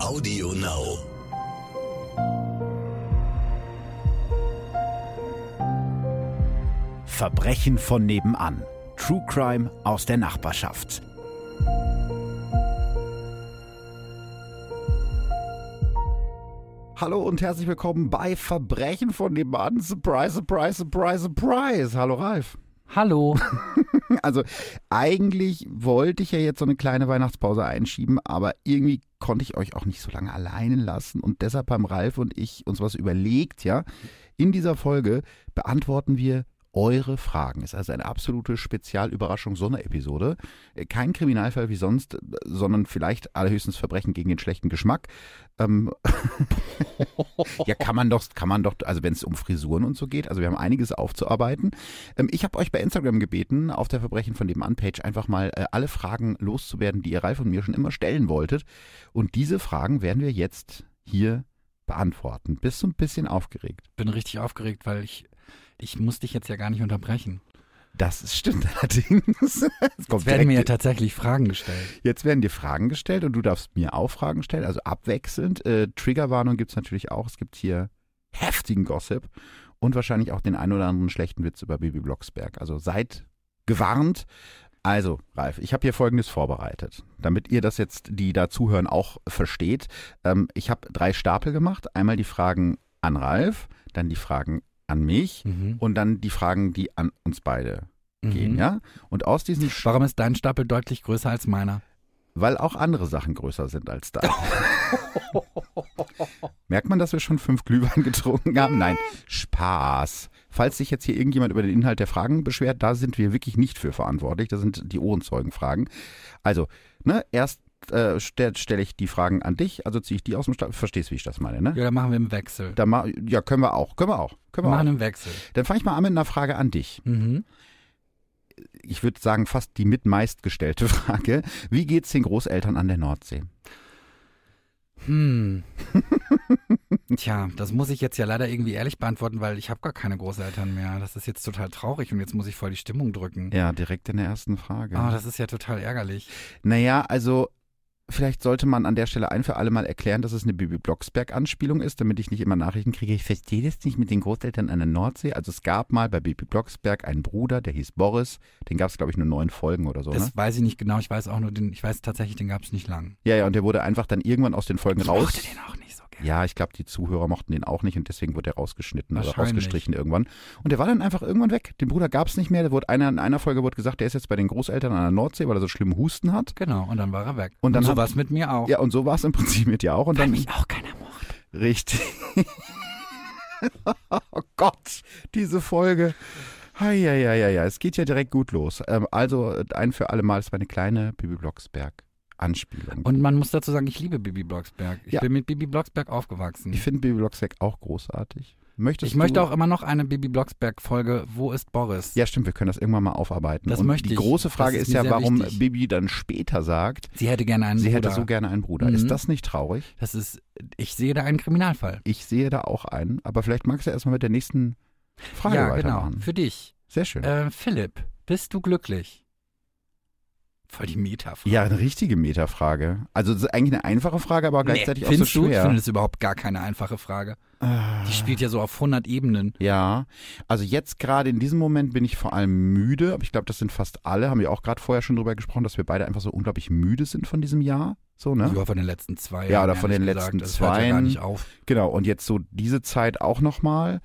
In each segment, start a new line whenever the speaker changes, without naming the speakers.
Audio Now.
Verbrechen von nebenan. True Crime aus der Nachbarschaft. Hallo und herzlich willkommen bei Verbrechen von nebenan. Surprise, surprise, surprise, surprise. Hallo Ralf.
Hallo.
Also eigentlich wollte ich ja jetzt so eine kleine Weihnachtspause einschieben, aber irgendwie konnte ich euch auch nicht so lange alleine lassen und deshalb haben Ralf und ich uns was überlegt, ja. In dieser Folge beantworten wir eure Fragen. Ist also eine absolute Spezialüberraschung Sonderepisode. Äh, Kein Kriminalfall wie sonst, äh, sondern vielleicht allerhöchstens Verbrechen gegen den schlechten Geschmack. Ähm, ja, kann man doch, kann man doch, also wenn es um Frisuren und so geht, also wir haben einiges aufzuarbeiten. Ähm, ich habe euch bei Instagram gebeten, auf der Verbrechen von dem An-Page einfach mal äh, alle Fragen loszuwerden, die ihr Ralf und mir schon immer stellen wolltet. Und diese Fragen werden wir jetzt hier beantworten. Bist du ein bisschen aufgeregt?
Bin richtig aufgeregt, weil ich, ich muss dich jetzt ja gar nicht unterbrechen.
Das ist- stimmt allerdings. Es
Jetzt
kommt
werden mir ja
direkt-
tatsächlich Fragen gestellt.
Jetzt werden dir Fragen gestellt und du darfst mir auch Fragen stellen, also abwechselnd. Äh, Triggerwarnung gibt es natürlich auch. Es gibt hier heftigen Gossip und wahrscheinlich auch den ein oder anderen schlechten Witz über Bibi Blocksberg. Also seid gewarnt. Also, Ralf, ich habe hier Folgendes vorbereitet, damit ihr das jetzt, die da zuhören, auch versteht. Ähm, ich habe drei Stapel gemacht. Einmal die Fragen an Ralf, dann die Fragen an mich
Mhm.
und dann die Fragen, die an uns beide gehen,
Mhm.
ja? Und aus diesen Sch-
Warum ist dein Stapel deutlich größer als meiner?
weil auch andere Sachen größer sind als da. Merkt man, dass wir schon fünf Glühwein getrunken haben? Nein, Spaß. Falls sich jetzt hier irgendjemand über den Inhalt der Fragen beschwert, da sind wir wirklich nicht für verantwortlich. Das sind die Ohrenzeugenfragen. Also, ne, erst äh, stelle stell ich die Fragen an dich, also ziehe ich die aus dem Stapel. Verstehst, wie ich das meine, ne?
Ja, dann machen wir im Wechsel.
Da ma ja, können wir auch, können wir auch, können
Wir
wir
machen
auch.
im Wechsel.
Dann fange ich mal an mit einer Frage an dich.
Mhm.
Ich würde sagen, fast die mit meistgestellte Frage. Wie geht's den Großeltern an der Nordsee?
Hm. Tja, das muss ich jetzt ja leider irgendwie ehrlich beantworten, weil ich habe gar keine Großeltern mehr. Das ist jetzt total traurig und jetzt muss ich voll die Stimmung drücken.
Ja, direkt in der ersten Frage.
Oh, das ist ja total ärgerlich.
Naja, also vielleicht sollte man an der Stelle ein für alle Mal erklären, dass es eine Bibi Blocksberg-Anspielung ist, damit ich nicht immer Nachrichten kriege. Ich verstehe das nicht mit den Großeltern an der Nordsee. Also es gab mal bei Bibi Blocksberg einen Bruder, der hieß Boris. Den gab es, glaube ich, nur neun Folgen oder so. Ne?
Das weiß ich nicht genau. Ich weiß auch nur den, ich weiß tatsächlich, den gab es nicht lang.
Ja, ja, und der wurde einfach dann irgendwann aus den Folgen
Ich
raus.
mochte den auch nicht so gerne.
Ja, ich glaube, die Zuhörer mochten den auch nicht und deswegen wurde er rausgeschnitten oder
Wahrscheinlich.
rausgestrichen irgendwann. Und der war dann einfach irgendwann weg. Den Bruder gab es nicht mehr. Der wurde einer, in einer Folge wurde gesagt, der ist jetzt bei den Großeltern an der Nordsee, weil er so schlimmen Husten hat.
Genau, und dann war er weg.
Und dann
so
hab-
war es mit mir auch.
Ja, und so war es im Prinzip mit dir auch. Und
Weil
dann
mich auch keiner mochte.
Richtig. oh Gott, diese Folge. Ja, ja, ja, ja. Es geht ja direkt gut los. Ähm, also äh, ein für alle Mal, es war eine kleine Bibi Blocksberg Anspielung.
Und man muss dazu sagen, ich liebe Bibi Blocksberg. Ich
Ja.
bin mit Bibi Blocksberg aufgewachsen.
ich
Ich,
finde Bibi Blocksberg auch großartig. Möchtest
möchte
du,
auch immer noch eine Bibi Blocksberg-Folge Wo ist Boris?
Ja, stimmt. Wir können das irgendwann mal aufarbeiten.
Das
Und
möchte
die
ich.
große
Das
Frage
ist
ist,
mir
ja,
sehr
warum
wichtig.
Bibi dann später sagt,
Sie hätte gerne einen
sie
Bruder.
hätte so gerne einen Bruder.
Mhm.
Ist das nicht traurig?
Das ist, ich sehe da einen Kriminalfall.
Ich sehe da auch einen. Aber vielleicht magst du erstmal mit der nächsten Frage Genau.
ja, genau.
weitermachen.
Für dich.
Sehr schön.
Äh, Philipp, bist du glücklich? Voll die Metapher.
Ja, eine richtige Metafrage. Also das ist eigentlich eine einfache Frage, aber gleichzeitig auch so
findest du? Ich
schwer.
finde das überhaupt gar keine einfache Frage.
Ah.
Die spielt ja so auf 100 Ebenen.
Ja, also jetzt gerade in diesem Moment bin ich vor allem müde, aber ich glaube, das sind fast alle, haben wir auch gerade vorher schon drüber gesprochen, dass wir beide einfach so unglaublich müde sind von diesem Jahr. So, ne?
Ja, von den letzten zwei.
Ja, oder
Jahren,
von den
ehrlich
letzten
gesagt. Das hört ja gar
zweien.
nicht auf.
Genau, und jetzt so diese Zeit auch nochmal.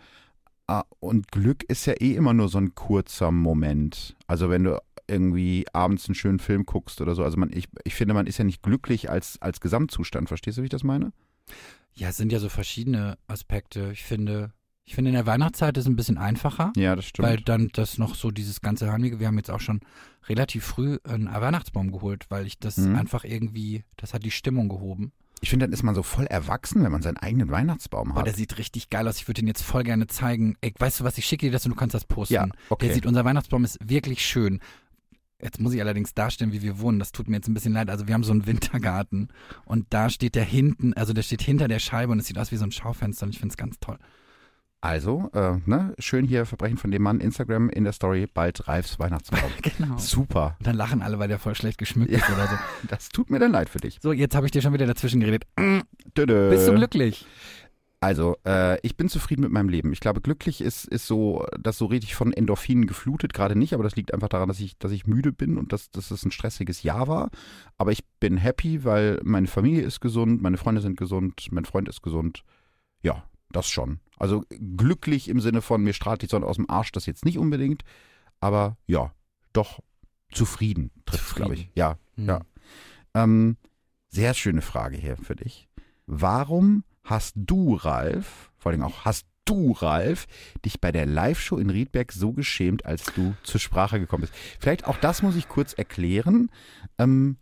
Und Glück ist ja eh immer nur so ein kurzer Moment. Also wenn du irgendwie abends einen schönen Film guckst oder so. Also man, ich, ich finde, man ist ja nicht glücklich als, als Gesamtzustand. Verstehst du, wie ich das meine?
Ja, es sind ja so verschiedene Aspekte. Ich finde, ich finde in der Weihnachtszeit ist es ein bisschen einfacher,
Ja, das stimmt.
weil dann das noch so dieses ganze Heimliche, wir haben jetzt auch schon relativ früh einen Weihnachtsbaum geholt, weil ich das
Mhm.
einfach irgendwie, das hat die Stimmung gehoben.
Ich finde, dann ist man so voll erwachsen, wenn man seinen eigenen Weihnachtsbaum
Boah,
hat.
der sieht richtig geil aus. Ich würde den jetzt voll gerne zeigen. Ey, weißt du was, ich schicke dir das und du kannst das posten.
ja, okay.
Der sieht, unser Weihnachtsbaum ist wirklich schön. Jetzt muss ich allerdings darstellen, wie wir wohnen. Das tut mir jetzt ein bisschen leid. Also wir haben so einen Wintergarten und da steht der hinten, also der steht hinter der Scheibe und es sieht aus wie so ein Schaufenster und ich finde es ganz toll.
Also, äh, ne, schön hier Verbrechen von dem Mann, Instagram in der Story, bald Ralfs Weihnachtsbaum.
Genau.
Super.
Und dann lachen alle, weil der voll schlecht geschmückt ist oder so.
Das tut mir dann leid für dich.
So, jetzt habe ich dir schon wieder dazwischen geredet.
Tüdö.
Bist du glücklich?
Also, äh, ich bin zufrieden mit meinem Leben. Ich glaube, glücklich ist, ist so, das so richtig von Endorphinen geflutet, gerade nicht, aber das liegt einfach daran, dass ich, dass ich müde bin und dass, dass es ein stressiges Jahr war. Aber ich bin happy, weil meine Familie ist gesund, meine Freunde sind gesund, mein Freund ist gesund. Ja, das schon. Also glücklich im Sinne von, mir strahlt die Sonne aus dem Arsch, das jetzt nicht unbedingt, aber ja, doch zufrieden trifft, glaube ich.
Zufrieden.
Ja,
Hm.
Ja. ähm, sehr schöne Frage hier für dich. Warum hast du, Ralf, vor allem auch hast du, Ralf, dich bei der Live-Show in Riedberg so geschämt, als du zur Sprache gekommen bist? Vielleicht auch das muss ich kurz erklären. Ähm,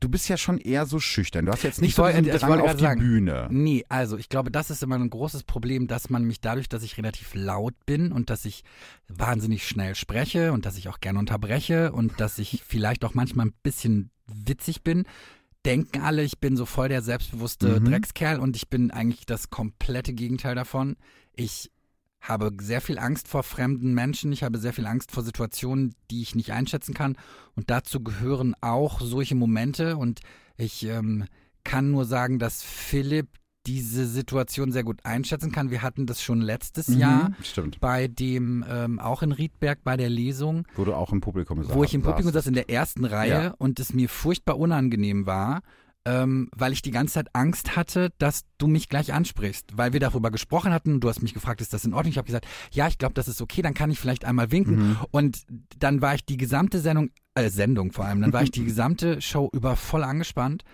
du bist ja schon eher so schüchtern. Du hast jetzt nicht
Ich
so
wollte-
diesen
ich
Drang
wollte
auf
gerade
die
sagen,
Bühne.
Nee, also ich glaube, das ist immer ein großes Problem, dass man mich dadurch, dass ich relativ laut bin und dass ich wahnsinnig schnell spreche und dass ich auch gerne unterbreche und dass ich vielleicht auch manchmal ein bisschen witzig bin, denken alle, ich bin so voll der selbstbewusste
Mhm.
Dreckskerl und ich bin eigentlich das komplette Gegenteil davon. Ich habe sehr viel Angst vor fremden Menschen, ich habe sehr viel Angst vor Situationen, die ich nicht einschätzen kann und dazu gehören auch solche Momente und ich ähm, kann nur sagen, dass Philipp diese Situation sehr gut einschätzen kann. Wir hatten das schon letztes Jahr
Mhm, stimmt.
bei dem, ähm, auch in Riedberg bei der Lesung,
Wo du auch im Publikum saß.
wo ich im Publikum
saß.
saß in der ersten Reihe
Ja.
und es mir furchtbar unangenehm war, ähm, weil ich die ganze Zeit Angst hatte, dass du mich gleich ansprichst, weil wir darüber gesprochen hatten. Du hast mich gefragt, ist das in Ordnung? Ich habe gesagt, ja, ich glaube, das ist okay, dann kann ich vielleicht einmal winken.
Mhm.
Und dann war ich die gesamte Sendung, äh, Sendung vor allem, dann war ich die gesamte Show über voll angespannt.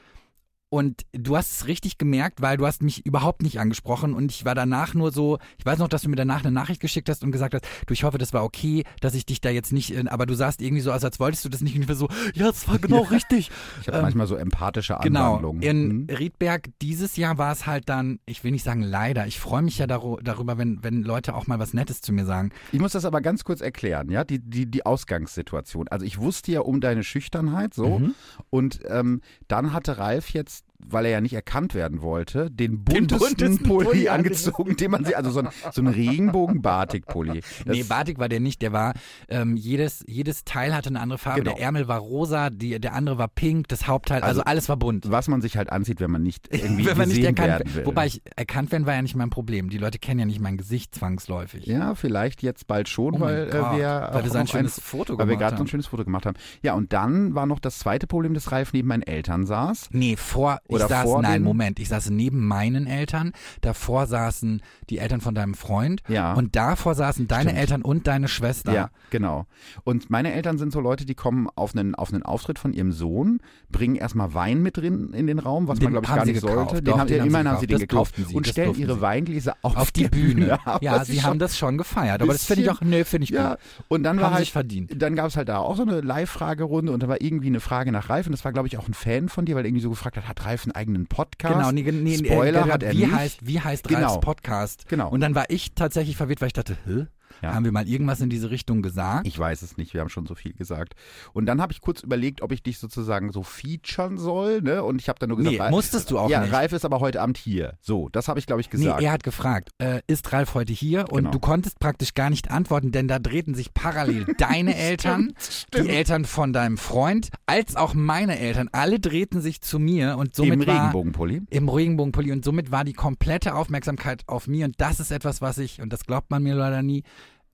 Und du hast es richtig gemerkt, weil du hast mich überhaupt nicht angesprochen und ich war danach nur so, ich weiß noch, dass du mir danach eine Nachricht geschickt hast und gesagt hast, du, ich hoffe, das war okay, dass ich dich da jetzt nicht, in, aber du sahst irgendwie so aus, als wolltest du das nicht und ich war so, ja, das war genau richtig.
Ich habe
ähm,
manchmal so empathische
Genau.
Anwandlungen.
In
Mhm.
Riedberg dieses Jahr war es halt dann, ich will nicht sagen leider, ich freue mich ja daru- darüber, wenn, wenn Leute auch mal was Nettes zu mir sagen.
Ich muss das aber ganz kurz erklären, ja, die, die, die Ausgangssituation. Also ich wusste ja um deine Schüchternheit so
Mhm.
und ähm, dann hatte Ralf jetzt, weil er ja nicht erkannt werden wollte, den buntesten,
buntesten
Pulli,
Pulli
angezogen, den man sie, also so ein, so ein Regenbogen-Batik-Pulli. Das-
Nee, Batik war der nicht. Der war, ähm, jedes, jedes Teil hatte eine andere Farbe.
Genau.
Der Ärmel war rosa, die, der andere war pink, das Hauptteil, also,
Also-
alles war bunt.
was man sich halt anzieht, wenn man nicht irgendwie
Wenn man
gesehen
nicht erkannt
werden will.
Wobei ich erkannt werden war ja nicht mein Problem. Die Leute kennen ja nicht mein Gesicht zwangsläufig.
ja, vielleicht jetzt bald schon,
Oh mein
weil äh,
Gott,
wir
weil wir so ein
noch ein-
schönes Foto
weil wir
gemacht
gerade so ein
haben.
schönes Foto gemacht haben. Ja, und dann war noch das zweite Problem, dass Ralf neben meinen Eltern saß.
Nee, vor, ich
Oder
saß,
vor
nein,
den-
Moment, ich saß neben meinen Eltern, davor saßen die Eltern von deinem Freund
Ja.
und davor saßen deine
Stimmt.
Eltern und deine Schwester.
Ja, genau. Und meine Eltern sind so Leute, die kommen auf einen, auf einen Auftritt von ihrem Sohn, bringen erstmal Wein mit drin in den Raum, was
Den
man, glaube ich,
haben
gar
sie
nicht
gekauft.
sollte.
Doch,
den haben,
den
ja,
haben
immerhin
sie
haben sie den
gekauft. Das
gekauft
durften sie,
und
das
stellen
durften
ihre
sie.
Weingläser auf,
Auf die
der
Bühne.
ab,
Ja,
was
sie
ich
haben
schon-
das schon gefeiert. Aber das finde ich auch, nee, finde ich
Ja,
gut.
und dann war
Haben sie
halt
sich verdient.
dann gab es halt da auch so eine Live-Fragerunde und da war irgendwie eine Frage nach Ralf und das war, glaube ich, auch ein Fan von dir, weil er irgendwie so gefragt hat, hat Ralf einen eigenen Podcast?
Genau, nee, nee, nee,
Spoiler
äh,
hat er
wie
nicht.
heißt wie heißt
Genau.
Ralfs Podcast?
Genau.
Und dann war ich tatsächlich verwirrt, weil ich dachte, hä?
Ja.
Haben wir mal irgendwas in diese Richtung gesagt?
Ich weiß es nicht, wir haben schon so viel gesagt. Und dann habe ich kurz überlegt, ob ich dich sozusagen so featuren soll, ne? Und ich habe dann nur gesagt,
Nee,
Ralf-
musstest du auch
ja,
nicht.
Ralf ist aber heute Abend hier. So, das habe ich, glaube ich, gesagt.
Nee, er hat gefragt, äh, ist Ralf heute hier? Und
Genau.
du konntest praktisch gar nicht antworten, denn da drehten sich parallel deine Eltern, die Eltern von deinem Freund, als auch meine Eltern. Alle drehten sich zu mir und somit
Im
war
Regenbogenpulli.
im Regenbogenpulli und somit war die komplette Aufmerksamkeit auf mir und das ist etwas, was ich, und das glaubt man mir leider nie,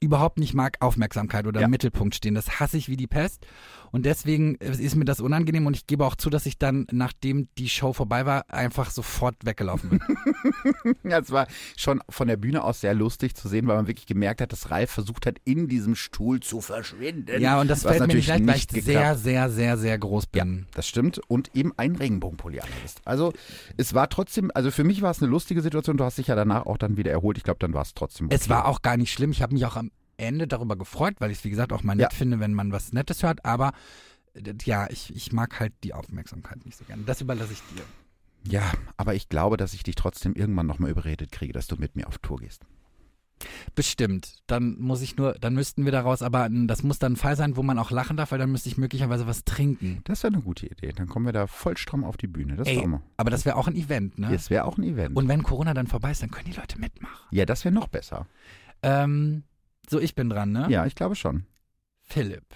überhaupt nicht mag, Aufmerksamkeit oder
Ja.
im Mittelpunkt stehen. Das hasse ich wie die Pest und deswegen ist mir das unangenehm und ich gebe auch zu, dass ich dann, nachdem die Show vorbei war, einfach sofort weggelaufen bin.
Ja, es war schon von der Bühne aus sehr lustig zu sehen, weil man wirklich gemerkt hat, dass Ralf versucht hat, in diesem Stuhl zu verschwinden.
ja, und das
was
fällt mir
natürlich
nicht leicht, weil ich
nicht
sehr,
geklappt
sehr, sehr, sehr groß bin.
Das stimmt. Und eben ein Regenbogenpulli anhattest. Also es war trotzdem, also für mich war es eine lustige Situation. Du hast dich ja danach auch dann wieder erholt. Ich glaube, dann war es trotzdem
Es war auch gar nicht schlimm. Ich habe mich auch am Ende darüber gefreut, weil ich es, wie gesagt, auch mal nett
Ja.
finde, wenn man was Nettes hört, aber äh, ja, ich, ich mag halt die Aufmerksamkeit nicht so gerne. Das überlasse ich dir.
Ja, aber ich glaube, dass ich dich trotzdem irgendwann nochmal überredet kriege, dass du mit mir auf Tour gehst.
Bestimmt. Dann muss ich nur, dann müssten wir daraus, aber n- das muss dann ein Fall sein, wo man auch lachen darf, weil dann müsste ich möglicherweise was trinken.
Das wäre eine gute Idee. Dann kommen wir da voll stramm auf die Bühne. Das
Ey,
wäre mal.
Aber das wäre auch ein Event, ne?
Das wäre auch ein Event.
Und wenn Corona dann vorbei ist, dann können die Leute mitmachen.
ja, das wäre noch besser.
Ähm, so, ich bin dran, ne?
Ja, ich glaube schon.
Philipp,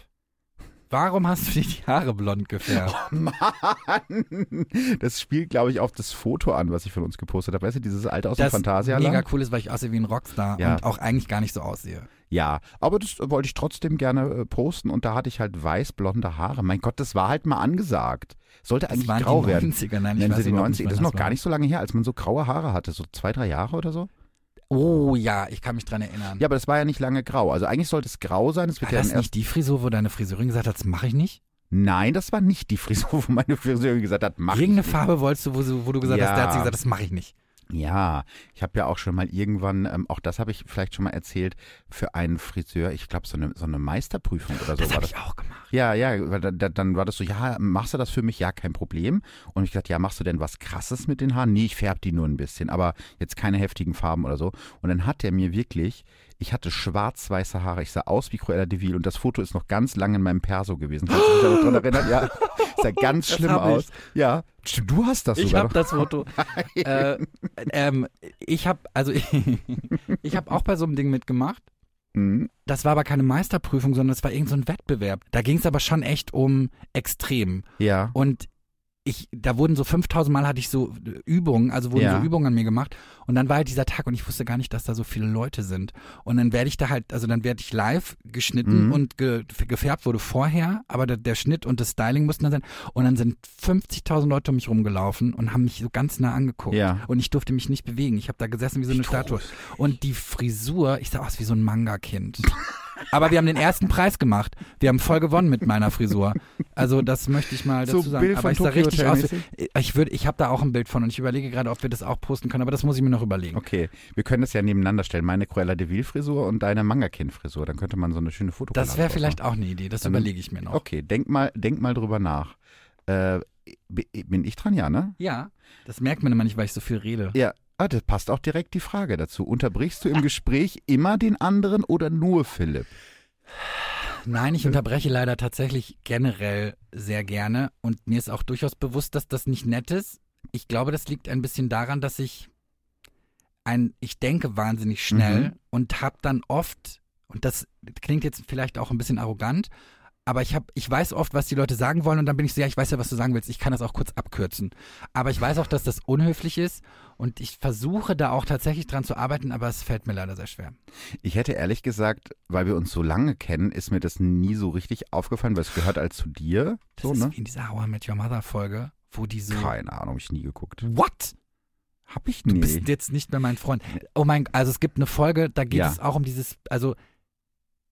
warum hast du dir die Haare blond gefärbt?
Mann! Das spielt, glaube ich, auf das Foto an, was ich von uns gepostet habe. Weißt du, dieses alte aus dem
mega
Phantasialand?
cool ist, weil ich aussehe wie ein Rockstar
Ja.
und auch eigentlich gar nicht so aussehe.
Ja, aber das wollte ich trotzdem gerne äh, posten und da hatte ich halt weiß-blonde Haare. Mein Gott, das war halt mal angesagt. Sollte
Das
eigentlich
waren
grau
die
werden.
90er, nein, ich
Nennen
weiß
Sie die
überhaupt
90er.
nicht,
Das ist
wann
noch gar nicht so lange her, als man so graue Haare hatte. So zwei, drei Jahre oder so.
war. Oh ja, ich kann mich dran erinnern.
Ja, aber das war ja nicht lange grau. Also eigentlich sollte es grau sein. Es
War
wird ja
das
dann erst.
nicht die Frisur, wo deine Frisurin gesagt hat, das mache ich nicht?
Nein, das war nicht die Frisur, wo meine Friseurin gesagt hat, mach ich
Irgendeine
nicht.
Farbe wolltest du, wo, sie- wo du gesagt hast,
Ja.
der hat sie gesagt, das mache ich nicht.
Ja, ich habe ja auch schon mal irgendwann, ähm, auch das habe ich vielleicht schon mal erzählt, für einen Friseur, ich glaube, so eine, so eine Meisterprüfung oder so
Das
war
habe
das.
ich auch gemacht.
Ja, ja, weil da, da, dann war das so, ja, machst du das für mich? Ja, kein Problem. Und ich dachte, ja, machst du denn was Krasses mit den Haaren? Nee, ich färbe die nur ein bisschen, aber jetzt keine heftigen Farben oder so. Und dann hat der mir wirklich, ich hatte schwarz-weiße Haare, ich sah aus wie Cruella de Vil und das Foto ist noch ganz lang in meinem Perso gewesen. Kannst du dich da noch dran erinnern? Ja, sah ganz schlimm
hab ich.
aus. Ja, du hast das
Ich
sogar
habe
noch.
das Foto. äh, ähm, ich habe also ich habe auch bei so einem Ding mitgemacht.
Mhm.
Das war aber keine Meisterprüfung, sondern es war irgend so ein Wettbewerb. Da ging es aber schon echt um Extrem.
Ja.
Und ich, da wurden so 5000 Mal hatte ich so Übungen, also wurden
Ja.
so Übungen an mir gemacht. Und dann war halt dieser Tag und ich wusste gar nicht, dass da so viele Leute sind. Und dann werde ich da halt, also dann werde ich live geschnitten
Mhm.
und ge, gefärbt wurde vorher, aber der, der Schnitt und das Styling mussten da sein. Und dann sind 50.000 Leute um mich rumgelaufen und haben mich so ganz nah angeguckt.
Ja.
Und ich durfte mich nicht bewegen. Ich habe da gesessen wie so eine Statue. Und die Frisur, ich sah aus wie so ein Manga-Kind. Aber wir haben den ersten Preis gemacht. Wir haben voll gewonnen mit meiner Frisur. Also das möchte ich mal
So
dazu sagen.
Bild
aber
von
ich sah
Tokyo
richtig
Hotel
aus.
mäßig?
wie- Ich würde, ich habe da auch ein Bild von und ich überlege gerade, ob wir das auch posten können. Aber das muss ich mir noch überlegen.
Okay, wir können das ja nebeneinander stellen. Meine Cruella de Vil-Frisur und deine Manga-Kind-Frisur. Dann könnte man so eine schöne Fotokollage
Das wäre
draus
vielleicht auch eine Idee. Das
Dann- Oh.
überlege ich mir noch.
machen. Okay, denk mal, denk mal drüber nach. Äh, b- bin ich dran, ja, ne?
Ja, das merkt man immer nicht, weil ich so viel rede.
Ja. Ah, das passt auch direkt die Frage dazu. Unterbrichst du im Gespräch immer den anderen oder nur Philipp?
Nein, ich unterbreche leider tatsächlich generell sehr gerne und mir ist auch durchaus bewusst, dass das nicht nett ist. Ich glaube, das liegt ein bisschen daran, dass ich ein, ich denke wahnsinnig schnell
Mhm.
und habe dann oft, und das klingt jetzt vielleicht auch ein bisschen arrogant, aber ich habe, ich weiß oft, was die Leute sagen wollen und dann bin ich so, ja, ich weiß ja, was du sagen willst, ich kann das auch kurz abkürzen. Aber ich weiß auch, dass das unhöflich ist und ich versuche da auch tatsächlich dran zu arbeiten, aber es fällt mir leider sehr schwer.
Ich hätte ehrlich gesagt, weil wir uns so lange kennen, ist mir das nie so richtig aufgefallen, weil es gehört halt zu dir.
Das
So,
ist
ne?
wie in dieser How I Met Your Mother Folge, wo die so
Keine Ahnung, hab ich nie geguckt.
What?
Hab ich nie.
Du bist jetzt nicht mehr mein Freund. Oh mein, also es gibt eine Folge, da geht
Ja.
es auch um dieses, also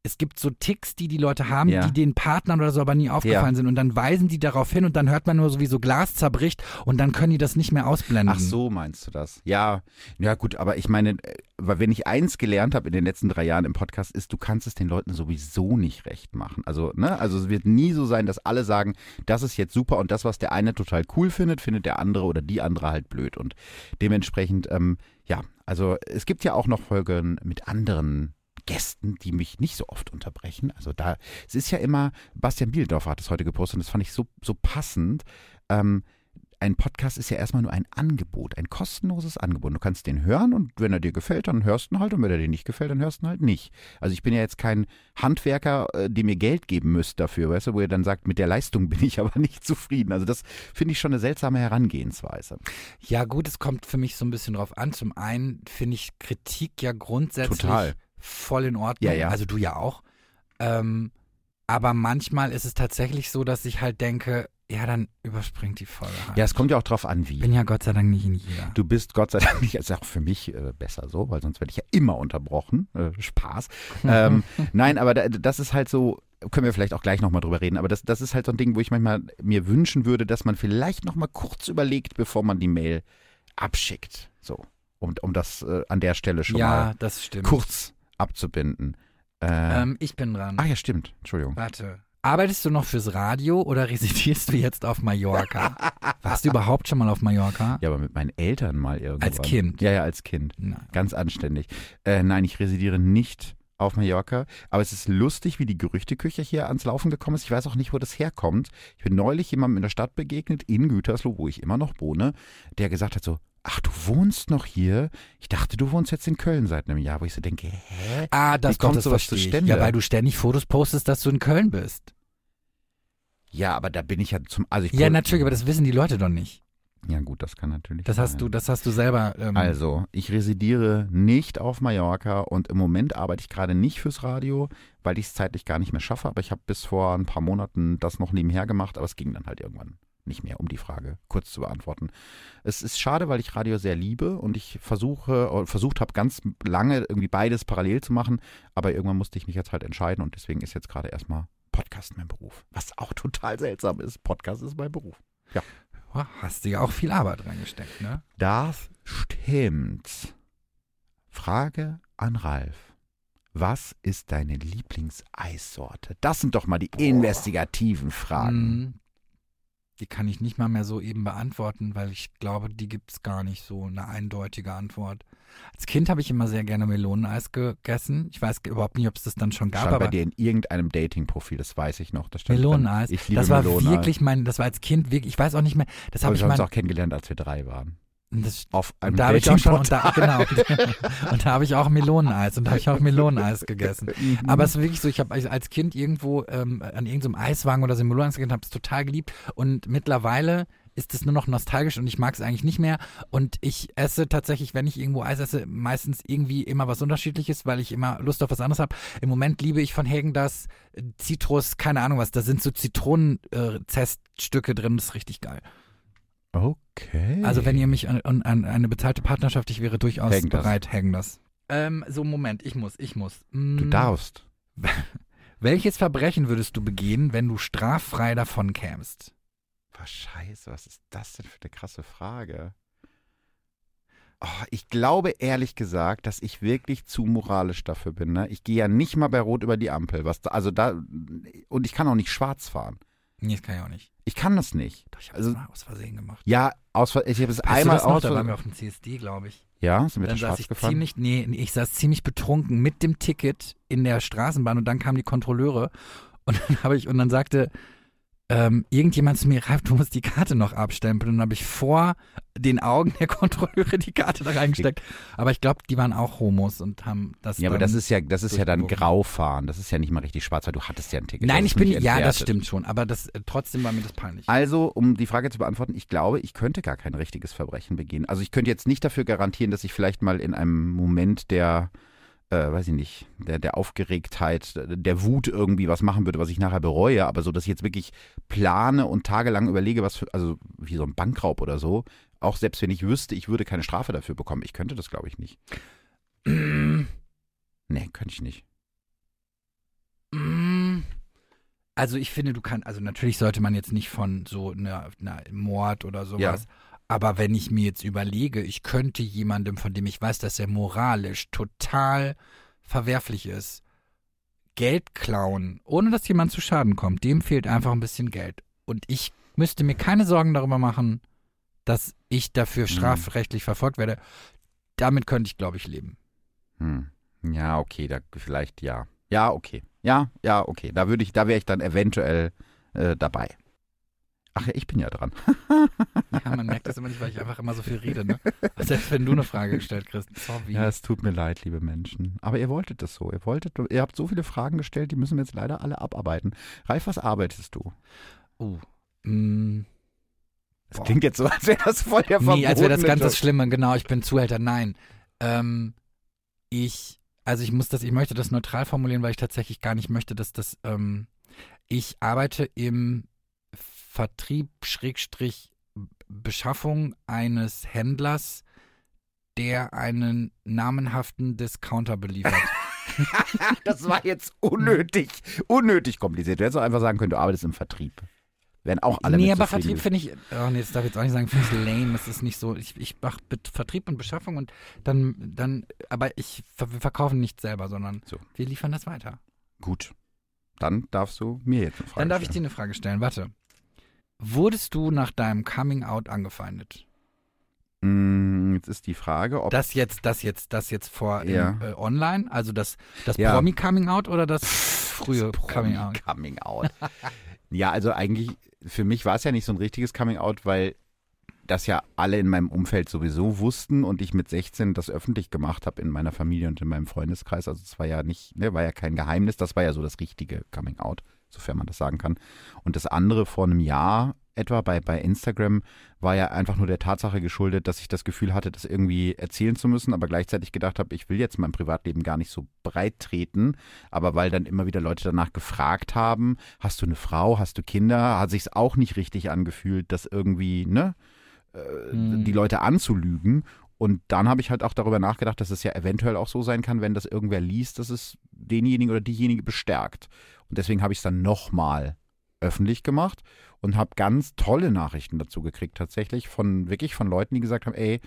es gibt so Ticks, die die Leute haben,
Ja.
die den Partnern oder so aber nie aufgefallen sind und dann weisen die darauf hin und dann hört man nur so, wie so Glas zerbricht und dann können die das nicht mehr ausblenden.
Ach so, meinst du das? Ja, ja gut, aber ich meine, äh, weil wenn ich eins gelernt habe in den letzten drei Jahren im Podcast, ist, du kannst es den Leuten sowieso nicht recht machen. Also, ne, also es wird nie so sein, dass alle sagen, das ist jetzt super und das, was der eine total cool findet, findet der andere oder die andere halt blöd. Und dementsprechend, ähm, ja, also es gibt ja auch noch Folgen mit anderen Gästen, die mich nicht so oft unterbrechen. Also da, es ist ja immer, Bastian Bielendorfer hat es heute gepostet und das fand ich so, so passend. Ähm, ein Podcast ist ja erstmal nur ein Angebot, ein kostenloses Angebot. Du kannst den hören und wenn er dir gefällt, dann hörst du ihn halt und wenn er dir nicht gefällt, dann hörst du ihn halt nicht. Also ich bin ja jetzt kein Handwerker, äh, dem ihr Geld geben müsst dafür, weißt du, wo ihr dann sagt, mit der Leistung bin ich aber nicht zufrieden. Also das finde ich schon eine seltsame Herangehensweise.
Ja gut, es kommt für mich so ein bisschen drauf an. Zum einen finde ich Kritik ja grundsätzlich
Total.
voll in Ordnung.
Ja, ja.
Also du ja auch. Ähm, aber manchmal ist es tatsächlich so, dass ich halt denke, ja, dann überspringt die Folge. halt.
Ja, es kommt ja auch drauf an,
Ich
wie.
bin ja Gott sei Dank nicht in jeder.
Du bist Gott sei Dank nicht, ist auch für mich äh, besser so, weil sonst werde ich ja immer unterbrochen. Äh, Spaß. Ähm, nein, aber da, das ist halt so, können wir vielleicht auch gleich nochmal drüber reden, aber das, das ist halt so ein Ding, wo ich manchmal mir wünschen würde, dass man vielleicht nochmal kurz überlegt, bevor man die Mail abschickt. So, um, um das äh, an der Stelle schon
ja,
mal
das stimmt.
kurz abzubinden. Äh,
Ähm, ich bin dran.
ach ja, stimmt. Entschuldigung.
Warte. Arbeitest du noch fürs Radio oder residierst du jetzt auf Mallorca? Warst du überhaupt schon mal auf Mallorca?
Ja, aber mit meinen Eltern mal irgendwann.
Als Kind?
Ja, ja, als Kind.
Nein.
Ganz anständig. Äh, nein, ich residiere nicht auf Mallorca, aber es ist lustig, wie die Gerüchteküche hier ans Laufen gekommen ist. Ich weiß auch nicht, wo das herkommt. Ich bin neulich jemandem in der Stadt begegnet, in Gütersloh, wo ich immer noch wohne, der gesagt hat so, ach, du wohnst noch hier? Ich dachte, du wohnst jetzt in Köln seit einem Jahr, wo ich so denke, hä?
Ah, das
Wie kommt
das
sowas
verstehe ich.
zustande?
Ja, weil du ständig Fotos postest, dass du in Köln bist.
Ja, aber da bin ich ja zum, also ich
Ja, natürlich, aber das wissen die Leute doch nicht.
Ja gut, das kann natürlich
Das hast
sein.
du, das hast du selber. Ähm,
Also, ich residiere nicht auf Mallorca und im Moment arbeite ich gerade nicht fürs Radio, weil ich es zeitlich gar nicht mehr schaffe. Aber ich habe bis vor ein paar Monaten das noch nebenher gemacht, aber es ging dann halt irgendwann nicht mehr, um die Frage kurz zu beantworten. Es ist schade, weil ich Radio sehr liebe und ich versuche, oder versucht habe ganz lange irgendwie beides parallel zu machen, aber irgendwann musste ich mich jetzt halt entscheiden und deswegen ist jetzt gerade erstmal Podcast mein Beruf. Was auch total seltsam ist. Podcast ist mein Beruf.
boah, oh, hast du ja auch viel Arbeit reingesteckt, ne?
Das stimmt. Frage an Ralf. Was ist deine Lieblingseissorte? Das sind doch mal die investigativen Fragen.
Mhm. Die kann ich nicht mal mehr so eben beantworten, weil ich glaube, die gibt's gar nicht so eine eindeutige Antwort. Als Kind habe ich immer sehr gerne Meloneneis gegessen. Ich weiß überhaupt nicht, ob es das dann schon gab,
Stand bei
aber
dir in irgendeinem Dating-Profil, das weiß ich noch. Da stand
Meloneneis.
drin, Ich liebe
Das war
Meloneneis.
wirklich mein, das war als Kind wirklich, ich weiß auch nicht mehr, das
Aber
habe ich
wir haben
mal,
uns auch kennengelernt, als wir drei waren.
das,
Auf einem
Und da habe ich auch schon, und
Dating-Portal.
da, genau, und da habe ich auch Meloneneis und da habe ich auch Meloneneis gegessen.
Mhm.
Aber es ist wirklich so, ich habe also als Kind irgendwo ähm, an irgendeinem Eiswagen oder so Meloneneis gegessen, habe es total geliebt und mittlerweile ist es nur noch nostalgisch und ich mag es eigentlich nicht mehr und ich esse tatsächlich, wenn ich irgendwo Eis esse, meistens irgendwie immer was unterschiedliches, weil ich immer Lust auf was anderes habe. Im Moment liebe ich von Hagen das äh, Zitrus, keine Ahnung was, da sind so Zitronenzeststücke äh, Zeststücke drin, das ist richtig geil.
Okay.
Also wenn ihr mich an, an, an eine bezahlte Partnerschaft, ich wäre durchaus
Hängen das.
bereit, hängen das. Ähm, so, Moment, ich muss, ich muss.
Du
Mm,
darfst.
Welches Verbrechen würdest du begehen, wenn du straffrei davon kämst?
Was scheiße, was ist das denn für eine krasse Frage? Oh, ich glaube ehrlich gesagt, dass ich wirklich zu moralisch dafür bin. Ne? Ich gehe ja nicht mal bei Rot über die Ampel. Was da, also da, und ich kann auch nicht schwarz fahren.
Nee, das kann ich auch nicht.
Ich kann das nicht.
Doch, ich habe
Also-
es mal aus Versehen gemacht.
Ja, aus, Ver- ich habe es
Weißt
einmal
du das noch?
aus.
Da waren wir auf dem CSD, glaube ich.
ja, sind wir da
Dann saß
schwarz
ich
gefahren?
ziemlich, nee, nee, ich saß ziemlich betrunken mit dem Ticket in der Straßenbahn und dann kamen die Kontrolleure und dann habe ich und dann sagte ähm, irgendjemand zu mir, Ralf, du musst die Karte noch abstempeln. Und dann habe ich vor den Augen der Kontrolleure die Karte da reingesteckt. Aber ich glaube, die waren auch Homos und haben das.
ja, aber
dann-
das ist ja, das ist ja dann
durchgebogen.
Graufahren. Das ist ja nicht mal richtig schwarz, weil du hattest ja ein Ticket.
Nein,
Das
ich
ist
bin.
nicht
Ja, das
entwertet.
stimmt schon. Aber das äh, trotzdem war mir das peinlich.
Also, um die Frage zu beantworten, ich glaube, ich könnte gar kein richtiges Verbrechen begehen. Also ich könnte jetzt nicht dafür garantieren, dass ich vielleicht mal in einem Moment der, äh, weiß ich nicht, der, der Aufgeregtheit, der Wut irgendwie was machen würde, was ich nachher bereue, aber so, dass ich jetzt wirklich plane und tagelang überlege, was für, also wie so ein Bankraub oder so, auch selbst wenn ich wüsste, ich würde keine Strafe dafür bekommen. Ich könnte das, glaube ich, nicht. Nee, könnte ich nicht.
Mm. Also ich finde, du kannst, also natürlich sollte man jetzt nicht von so einer, einer Mord oder sowas. Aber wenn ich mir jetzt überlege, ich könnte jemandem, von dem ich weiß, dass er moralisch total verwerflich ist, Geld klauen, ohne dass jemand zu Schaden kommt, dem fehlt einfach ein bisschen Geld. Und ich müsste mir keine Sorgen darüber machen, dass ich dafür strafrechtlich verfolgt werde. Damit könnte ich, glaube ich, leben.
Hm. Ja, okay, da vielleicht ja. Ja, okay. Ja, ja, okay. Da würde ich, da wäre ich dann eventuell äh, dabei. Ach ja, ich bin ja dran.
Ja, man merkt das immer nicht, weil ich einfach immer so viel rede, ne? Selbst wenn du eine Frage gestellt kriegst. Sorry.
Ja, es tut mir leid, liebe Menschen. Aber ihr wolltet das so. Ihr wolltet, ihr habt so viele Fragen gestellt, die müssen wir jetzt leider alle abarbeiten. Ralf, was arbeitest du?
Uh. Mm,
Das
Boah.
klingt jetzt so, als wäre das voll der
nee, als wäre das
verbotene
ganz
Job.
das Schlimme. Genau, ich bin Zuhälter. Nein. Ähm, ich, also ich muss das, ich möchte das neutral formulieren, weil ich tatsächlich gar nicht möchte, dass das, ähm, ich arbeite im Vertrieb, Schrägstrich, Beschaffung eines Händlers, der einen namenhaften Discounter beliefert.
Das war jetzt unnötig, unnötig kompliziert. Du hättest auch einfach sagen können, du arbeitest im Vertrieb. Wären auch alle
nee,
mit
aber
zufrieden
Vertrieb finde ich, oh nee, das darf ich jetzt auch nicht sagen, finde ich lame, es ist nicht so, ich, ich mache Vertrieb und Beschaffung und dann, dann, aber ich, ver- wir verkaufen nicht selber, sondern
So.
wir liefern das weiter.
Gut. Dann darfst du mir jetzt eine Frage
Dann darf ich dir
stellen.
eine Frage stellen. Warte. Wurdest du nach deinem Coming Out angefeindet?
Mm, Jetzt ist die Frage, ob
Das jetzt, das jetzt, das jetzt vor
Ja.
im, äh, online? Also das, das
Ja.
Promi Coming Out oder das frühe
Das
Coming Out?
Coming Out. ja, also eigentlich, für mich war es ja nicht so ein richtiges Coming Out, weil das ja alle in meinem Umfeld sowieso wussten und ich mit 16 das öffentlich gemacht habe in meiner Familie und in meinem Freundeskreis. Also es war ja nicht, ne, war ja kein Geheimnis, das war ja so das richtige Coming Out, sofern man das sagen kann. Und das andere vor einem Jahr etwa bei, bei Instagram war ja einfach nur der Tatsache geschuldet, dass ich das Gefühl hatte, das irgendwie erzählen zu müssen, aber gleichzeitig gedacht habe, ich will jetzt mein Privatleben gar nicht so breit treten, aber weil dann immer wieder Leute danach gefragt haben, hast du eine Frau, hast du Kinder, hat sich's auch nicht richtig angefühlt, das irgendwie, ne, äh,
Hm.
die Leute anzulügen. Und dann habe ich halt auch darüber nachgedacht, dass es ja eventuell auch so sein kann, wenn das irgendwer liest, dass es denjenigen oder diejenige bestärkt. Und deswegen habe ich es dann nochmal öffentlich gemacht und habe ganz tolle Nachrichten dazu gekriegt, tatsächlich von wirklich von Leuten, die gesagt haben, ey,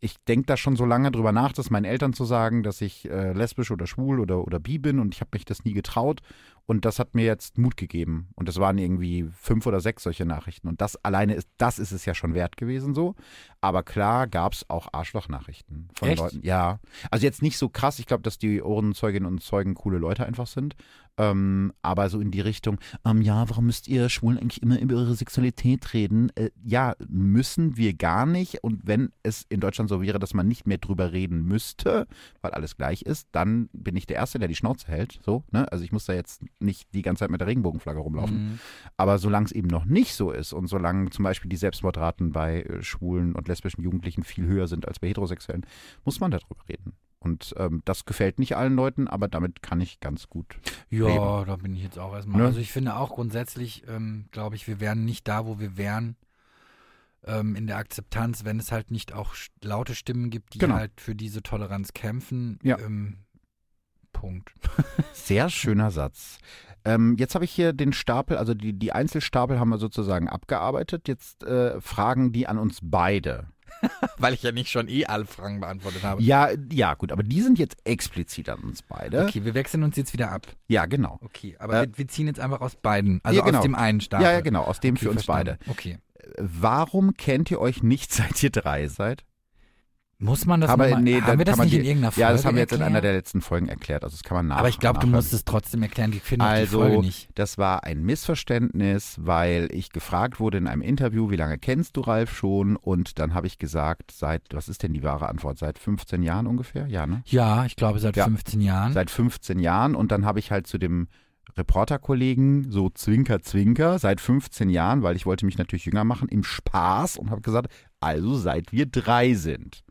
ich denke da schon so lange drüber nach, das meinen Eltern zu sagen, dass ich äh, lesbisch oder schwul oder, oder bi bin und ich habe mich das nie getraut und das hat mir jetzt Mut gegeben und das waren irgendwie fünf oder sechs solche Nachrichten und das alleine ist, das ist es ja schon wert gewesen so, aber klar gab es auch Arschlochnachrichten von
Echt?
Leuten, ja, also jetzt nicht so krass, ich glaube, dass die Ohrenzeuginnen und Zeugen coole Leute einfach sind, ähm, aber so in die Richtung, ähm, ja, warum müsst ihr Schwulen eigentlich immer über ihre Sexualität reden? Äh, ja, müssen wir gar nicht. Und wenn es in Deutschland so wäre, dass man nicht mehr drüber reden müsste, weil alles gleich ist, dann bin ich der Erste, der die Schnauze hält. So, ne? Also ich muss da jetzt nicht die ganze Zeit mit der Regenbogenflagge rumlaufen.
Mhm.
Aber solange es eben noch nicht so ist und solange zum Beispiel die Selbstmordraten bei äh, schwulen und lesbischen Jugendlichen viel höher sind als bei heterosexuellen, muss man darüber reden. Und ähm, das gefällt nicht allen Leuten, aber damit kann ich ganz gut.
Ja, da bin ich jetzt auch erstmal.
Ne?
Also ich finde auch grundsätzlich, ähm, glaube ich, wir wären nicht da, wo wir wären ähm, in der Akzeptanz, wenn es halt nicht auch sch- laute Stimmen gibt, die
Genau.
halt für diese Toleranz kämpfen.
Ja.
Ähm, Punkt.
Sehr schöner Satz. Ähm, jetzt habe ich hier den Stapel, also die, die Einzelstapel haben wir sozusagen abgearbeitet. Jetzt äh, Fragen, die an uns beide.
Weil ich ja nicht schon eh alle Fragen beantwortet habe.
Ja, ja, gut, aber die sind jetzt explizit an uns beide.
Okay, wir wechseln uns jetzt wieder ab.
Ja, genau.
Okay, aber
Äh,
wir, wir ziehen jetzt einfach aus beiden, also
ja, genau.
aus dem einen Stapel.
Ja, ja, genau, aus dem
Okay,
für uns
verstanden. Okay.
beide. Warum kennt ihr euch nicht, seit ihr drei seid?
Muss man das
Aber,
nochmal,
nee, dann
haben wir das
kann man
nicht
die-
in irgendeiner Folge
Ja, das haben wir jetzt in
erklärt?
einer der letzten Folgen erklärt, also das kann man nach.
Aber ich glaube, du
nachhören.
musst es trotzdem erklären, die finden
Also,
die Folge nicht.
Das war ein Missverständnis, weil ich gefragt wurde in einem Interview, wie lange kennst du Ralf schon? Und dann habe ich gesagt, seit, was ist denn die wahre Antwort? Seit 15 Jahren ungefähr? Ja, ne?
Ja, ich glaube seit
Ja.
15 Jahren.
Seit 15 Jahren. Und dann habe ich halt zu dem Reporterkollegen so Zwinker, Zwinker, seit 15 Jahren, weil ich wollte mich natürlich jünger machen, im Spaß und habe gesagt, also seit wir drei sind.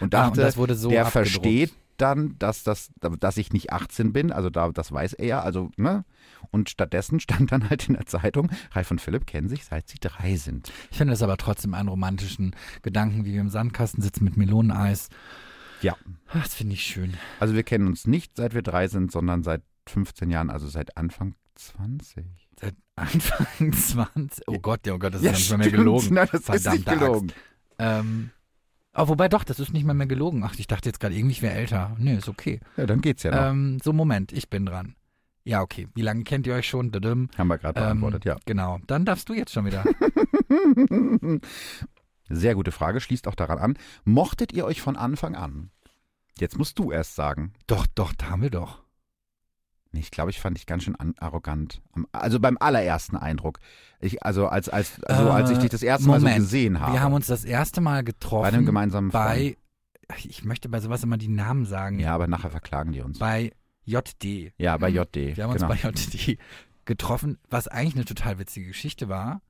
Und
Ah,
dachte,
und das wurde so
der
abgedruckt.
versteht dann, dass, das, dass ich nicht 18 bin, also da, das weiß er, also, ne? Und stattdessen stand dann halt in der Zeitung, Ralf und Philipp kennen sich, seit sie drei sind.
Ich finde das aber trotzdem einen romantischen Gedanken, wie wir im Sandkasten sitzen mit Meloneneis.
Ja.
Ach, das finde ich schön.
Also wir kennen uns nicht, seit wir drei sind, sondern seit 15 Jahren, also seit Anfang 20.
Seit Anfang 20. Oh
Ja.
Gott, ja, oh Gott, das
Ja,
ist ja nicht mal mehr
stimmt.
gelogen.
Nein, das ist nicht
Verdammte Axt.
gelogen.
Ähm, oh, wobei doch, das ist nicht mal mehr gelogen. Ach, ich dachte jetzt gerade, irgendwie ich wäre älter. Nö, ist okay.
Ja, dann geht's ja noch.
Ähm, so, Moment, ich bin dran. Ja, okay. Wie lange kennt ihr euch schon? Dadum.
Haben wir gerade beantwortet, ja.
Genau. Dann darfst du jetzt schon wieder. ähm.
Sehr gute Frage, schließt auch daran an. Mochtet ihr euch von Anfang an? Jetzt musst du erst sagen.
doch, doch, da haben wir doch.
Nee, Ich glaube, ich fand dich ganz schön an, arrogant. Am- Also beim allerersten Eindruck. Ich, also als, als, also als ich
Äh,
dich das erste Mal so
Moment.
gesehen habe.
Wir haben uns das erste Mal getroffen.
bei einem gemeinsamen
bei ich möchte bei sowas immer die Namen sagen.
Freund. Ja, aber nachher verklagen die uns.
Bei JD.
ja, bei JD.
Wir haben
genau.
uns bei JD getroffen, was eigentlich eine total witzige Geschichte war,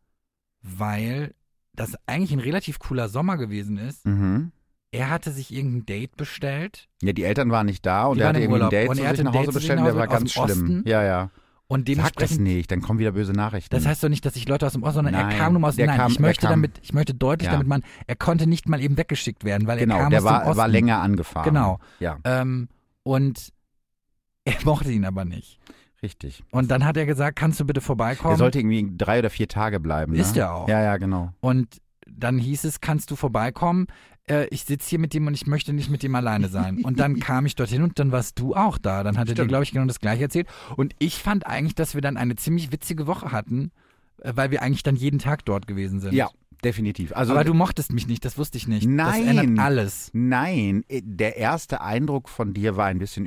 weil das eigentlich ein relativ cooler Sommer gewesen ist.
mhm.
Er hatte sich irgendein Date bestellt
Ja, die Eltern waren nicht da und
Die
er
waren im
hatte irgendwie ein
Urlaub.
Date
Und er
zu sich
hatte
nach
ein
Hause
Date zu sich
bestellt,
nach
der war
Hause aus
ganz
dem
schlimm.
Osten.
Ja, ja.
und
Sag das
dementsprechend
nicht, dann kommen wieder böse Nachrichten.
Das heißt doch nicht, dass sich Leute aus dem Osten, sondern
Nein,
er kam nur mal aus
der
dem Nein,
kam-
ich möchte
er kam-
damit, ich möchte deutlich
Ja.
damit machen, er konnte nicht mal eben weggeschickt werden, weil er
genau,
kam
der
aus dem
war,
Osten.
war länger angefahren.
Genau.
Ja,
Ähm, und er mochte ihn aber nicht.
richtig.
Und dann hat er gesagt, kannst du bitte vorbeikommen?
Er sollte irgendwie drei oder vier Tage bleiben.
Ist
ne?
er auch.
Ja, ja, genau.
und dann hieß es, kannst du vorbeikommen? äh, ich sitze hier mit dem und ich möchte nicht mit dem alleine sein. Und dann kam ich dorthin und dann warst du auch da. Dann hat er dir,
Stimmt.
glaube ich, genau das gleiche erzählt. Und ich fand eigentlich, dass wir dann eine ziemlich witzige Woche hatten, äh, weil wir eigentlich dann jeden Tag dort gewesen sind.
Ja, definitiv. Also,
Aber du mochtest mich nicht, das wusste ich nicht.
Nein.
Das ändert alles.
nein, äh, der erste Eindruck von dir war ein bisschen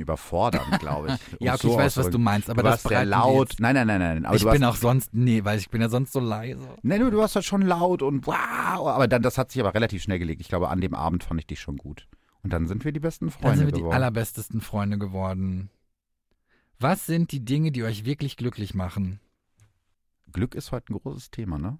überfordernd, glaube ich. Um
Ja, okay,
so
ich weiß, was du
auszudrücken.
meinst, aber
du
das
warst sehr
bereiten wir
laut.
jetzt-
Nein, nein, nein, nein. Aber
ich
du warst,
bin auch sonst, nee, weil ich bin ja sonst so leise.
Nein, du warst halt schon laut und wow. Aber dann, das hat sich aber relativ schnell gelegt. Ich glaube, an dem Abend fand ich dich schon gut. Und dann sind wir die besten Freunde
Dann sind wir die
geworden.
allerbestesten Freunde geworden. Was sind die Dinge, die euch wirklich glücklich machen?
Glück ist heute ein großes Thema, ne?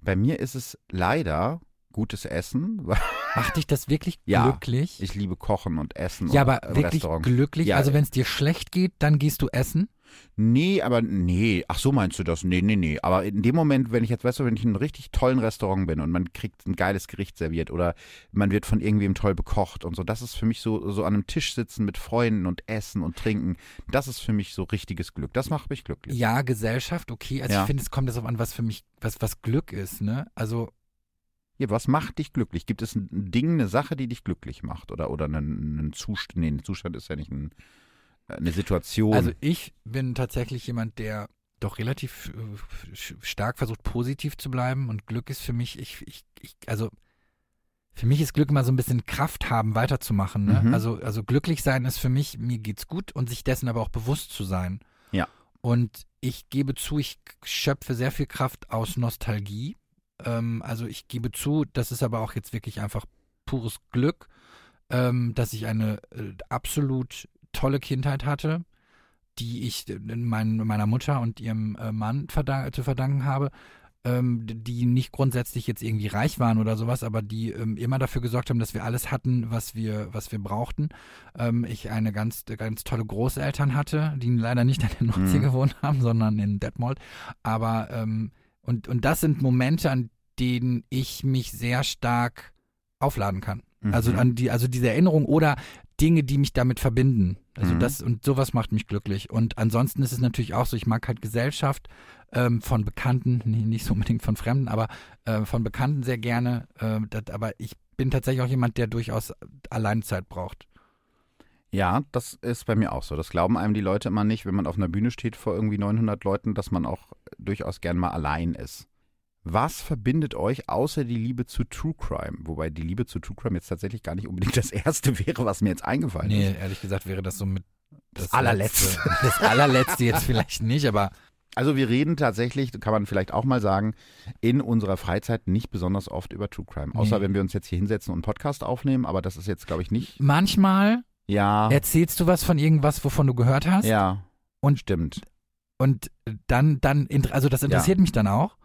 Bei mir ist es leider gutes Essen, weil
Macht dich das wirklich
Ja,
glücklich?
ich liebe Kochen und Essen
ja,
und
aber
im
wirklich
Restaurant.
glücklich.
Ja,
also
ja.
wenn es dir schlecht geht, dann gehst du essen.
Nee, aber nee. Ach so meinst du das? Nee, nee, nee. Aber in dem Moment, wenn ich jetzt, weißt du, wenn ich in einem richtig tollen Restaurant bin und man kriegt ein geiles Gericht serviert oder man wird von irgendwem toll bekocht und so, das ist für mich so, so an einem Tisch sitzen mit Freunden und essen und trinken, das ist für mich so richtiges Glück. Das macht mich glücklich.
Ja, Gesellschaft, okay. Also
Ja.
ich finde, es kommt darauf an, was für mich, was, was Glück ist, ne? Also
Ja, was macht dich glücklich? Gibt es ein Ding, eine Sache, die dich glücklich macht? Oder, oder einen, einen Zustand? Nee, ein Zustand ist ja nicht ein, äh, eine Situation.
Also ich bin tatsächlich jemand, der doch relativ äh, sch- stark versucht, positiv zu bleiben. Und Glück ist für mich, ich, ich, ich also für mich ist Glück immer so ein bisschen Kraft haben, weiterzumachen. Ne?
Mhm.
Also, also glücklich sein ist für mich, mir geht's gut und sich dessen aber auch bewusst zu sein.
Ja.
Und ich gebe zu, ich schöpfe sehr viel Kraft aus Nostalgie. Ähm, also ich gebe zu, das ist aber auch jetzt wirklich einfach pures Glück, ähm, dass ich eine äh, absolut tolle Kindheit hatte, die ich äh, mein, meiner Mutter und ihrem äh, Mann verda zu verdanken habe, ähm, d- die nicht grundsätzlich jetzt irgendwie reich waren oder sowas, aber die ähm, immer dafür gesorgt haben, dass wir alles hatten, was wir, was wir brauchten. Ähm, ich eine ganz, ganz tolle Großeltern hatte, die leider nicht an der Nordsee
Mhm.
gewohnt haben, sondern in Detmold. Aber ähm, und, und das sind Momente, an denen ich mich sehr stark aufladen kann.
Mhm.
Also an die, also diese Erinnerung oder Dinge, die mich damit verbinden. Also
Mhm.
das und sowas macht mich glücklich. Und ansonsten ist es natürlich auch so, ich mag halt Gesellschaft ähm, von Bekannten, nee, nicht so unbedingt von Fremden, aber äh, von Bekannten sehr gerne. Äh, dat, aber ich bin tatsächlich auch jemand, der durchaus Alleinzeit braucht.
Ja, das ist bei mir auch so. Das glauben einem die Leute immer nicht, wenn man auf einer Bühne steht vor irgendwie 900 Leuten, dass man auch äh, durchaus gern mal allein ist. Was verbindet euch außer die Liebe zu True Crime? Wobei die Liebe zu True Crime jetzt tatsächlich gar nicht unbedingt das Erste wäre, was mir jetzt eingefallen
Nee,
ist.
ehrlich gesagt wäre das so mit
Das allerletzte.
Letzte. Das allerletzte jetzt vielleicht nicht, aber
Also wir reden tatsächlich, kann man vielleicht auch mal sagen, in unserer Freizeit nicht besonders oft über True Crime. Außer
Nee.
wenn wir uns jetzt hier hinsetzen und einen Podcast aufnehmen, aber das ist jetzt, glaube ich, nicht.
manchmal
Ja,
erzählst du was von irgendwas, wovon du gehört hast.
ja.
Und-
stimmt.
Und dann, dann, inter- also das interessiert mich dann auch.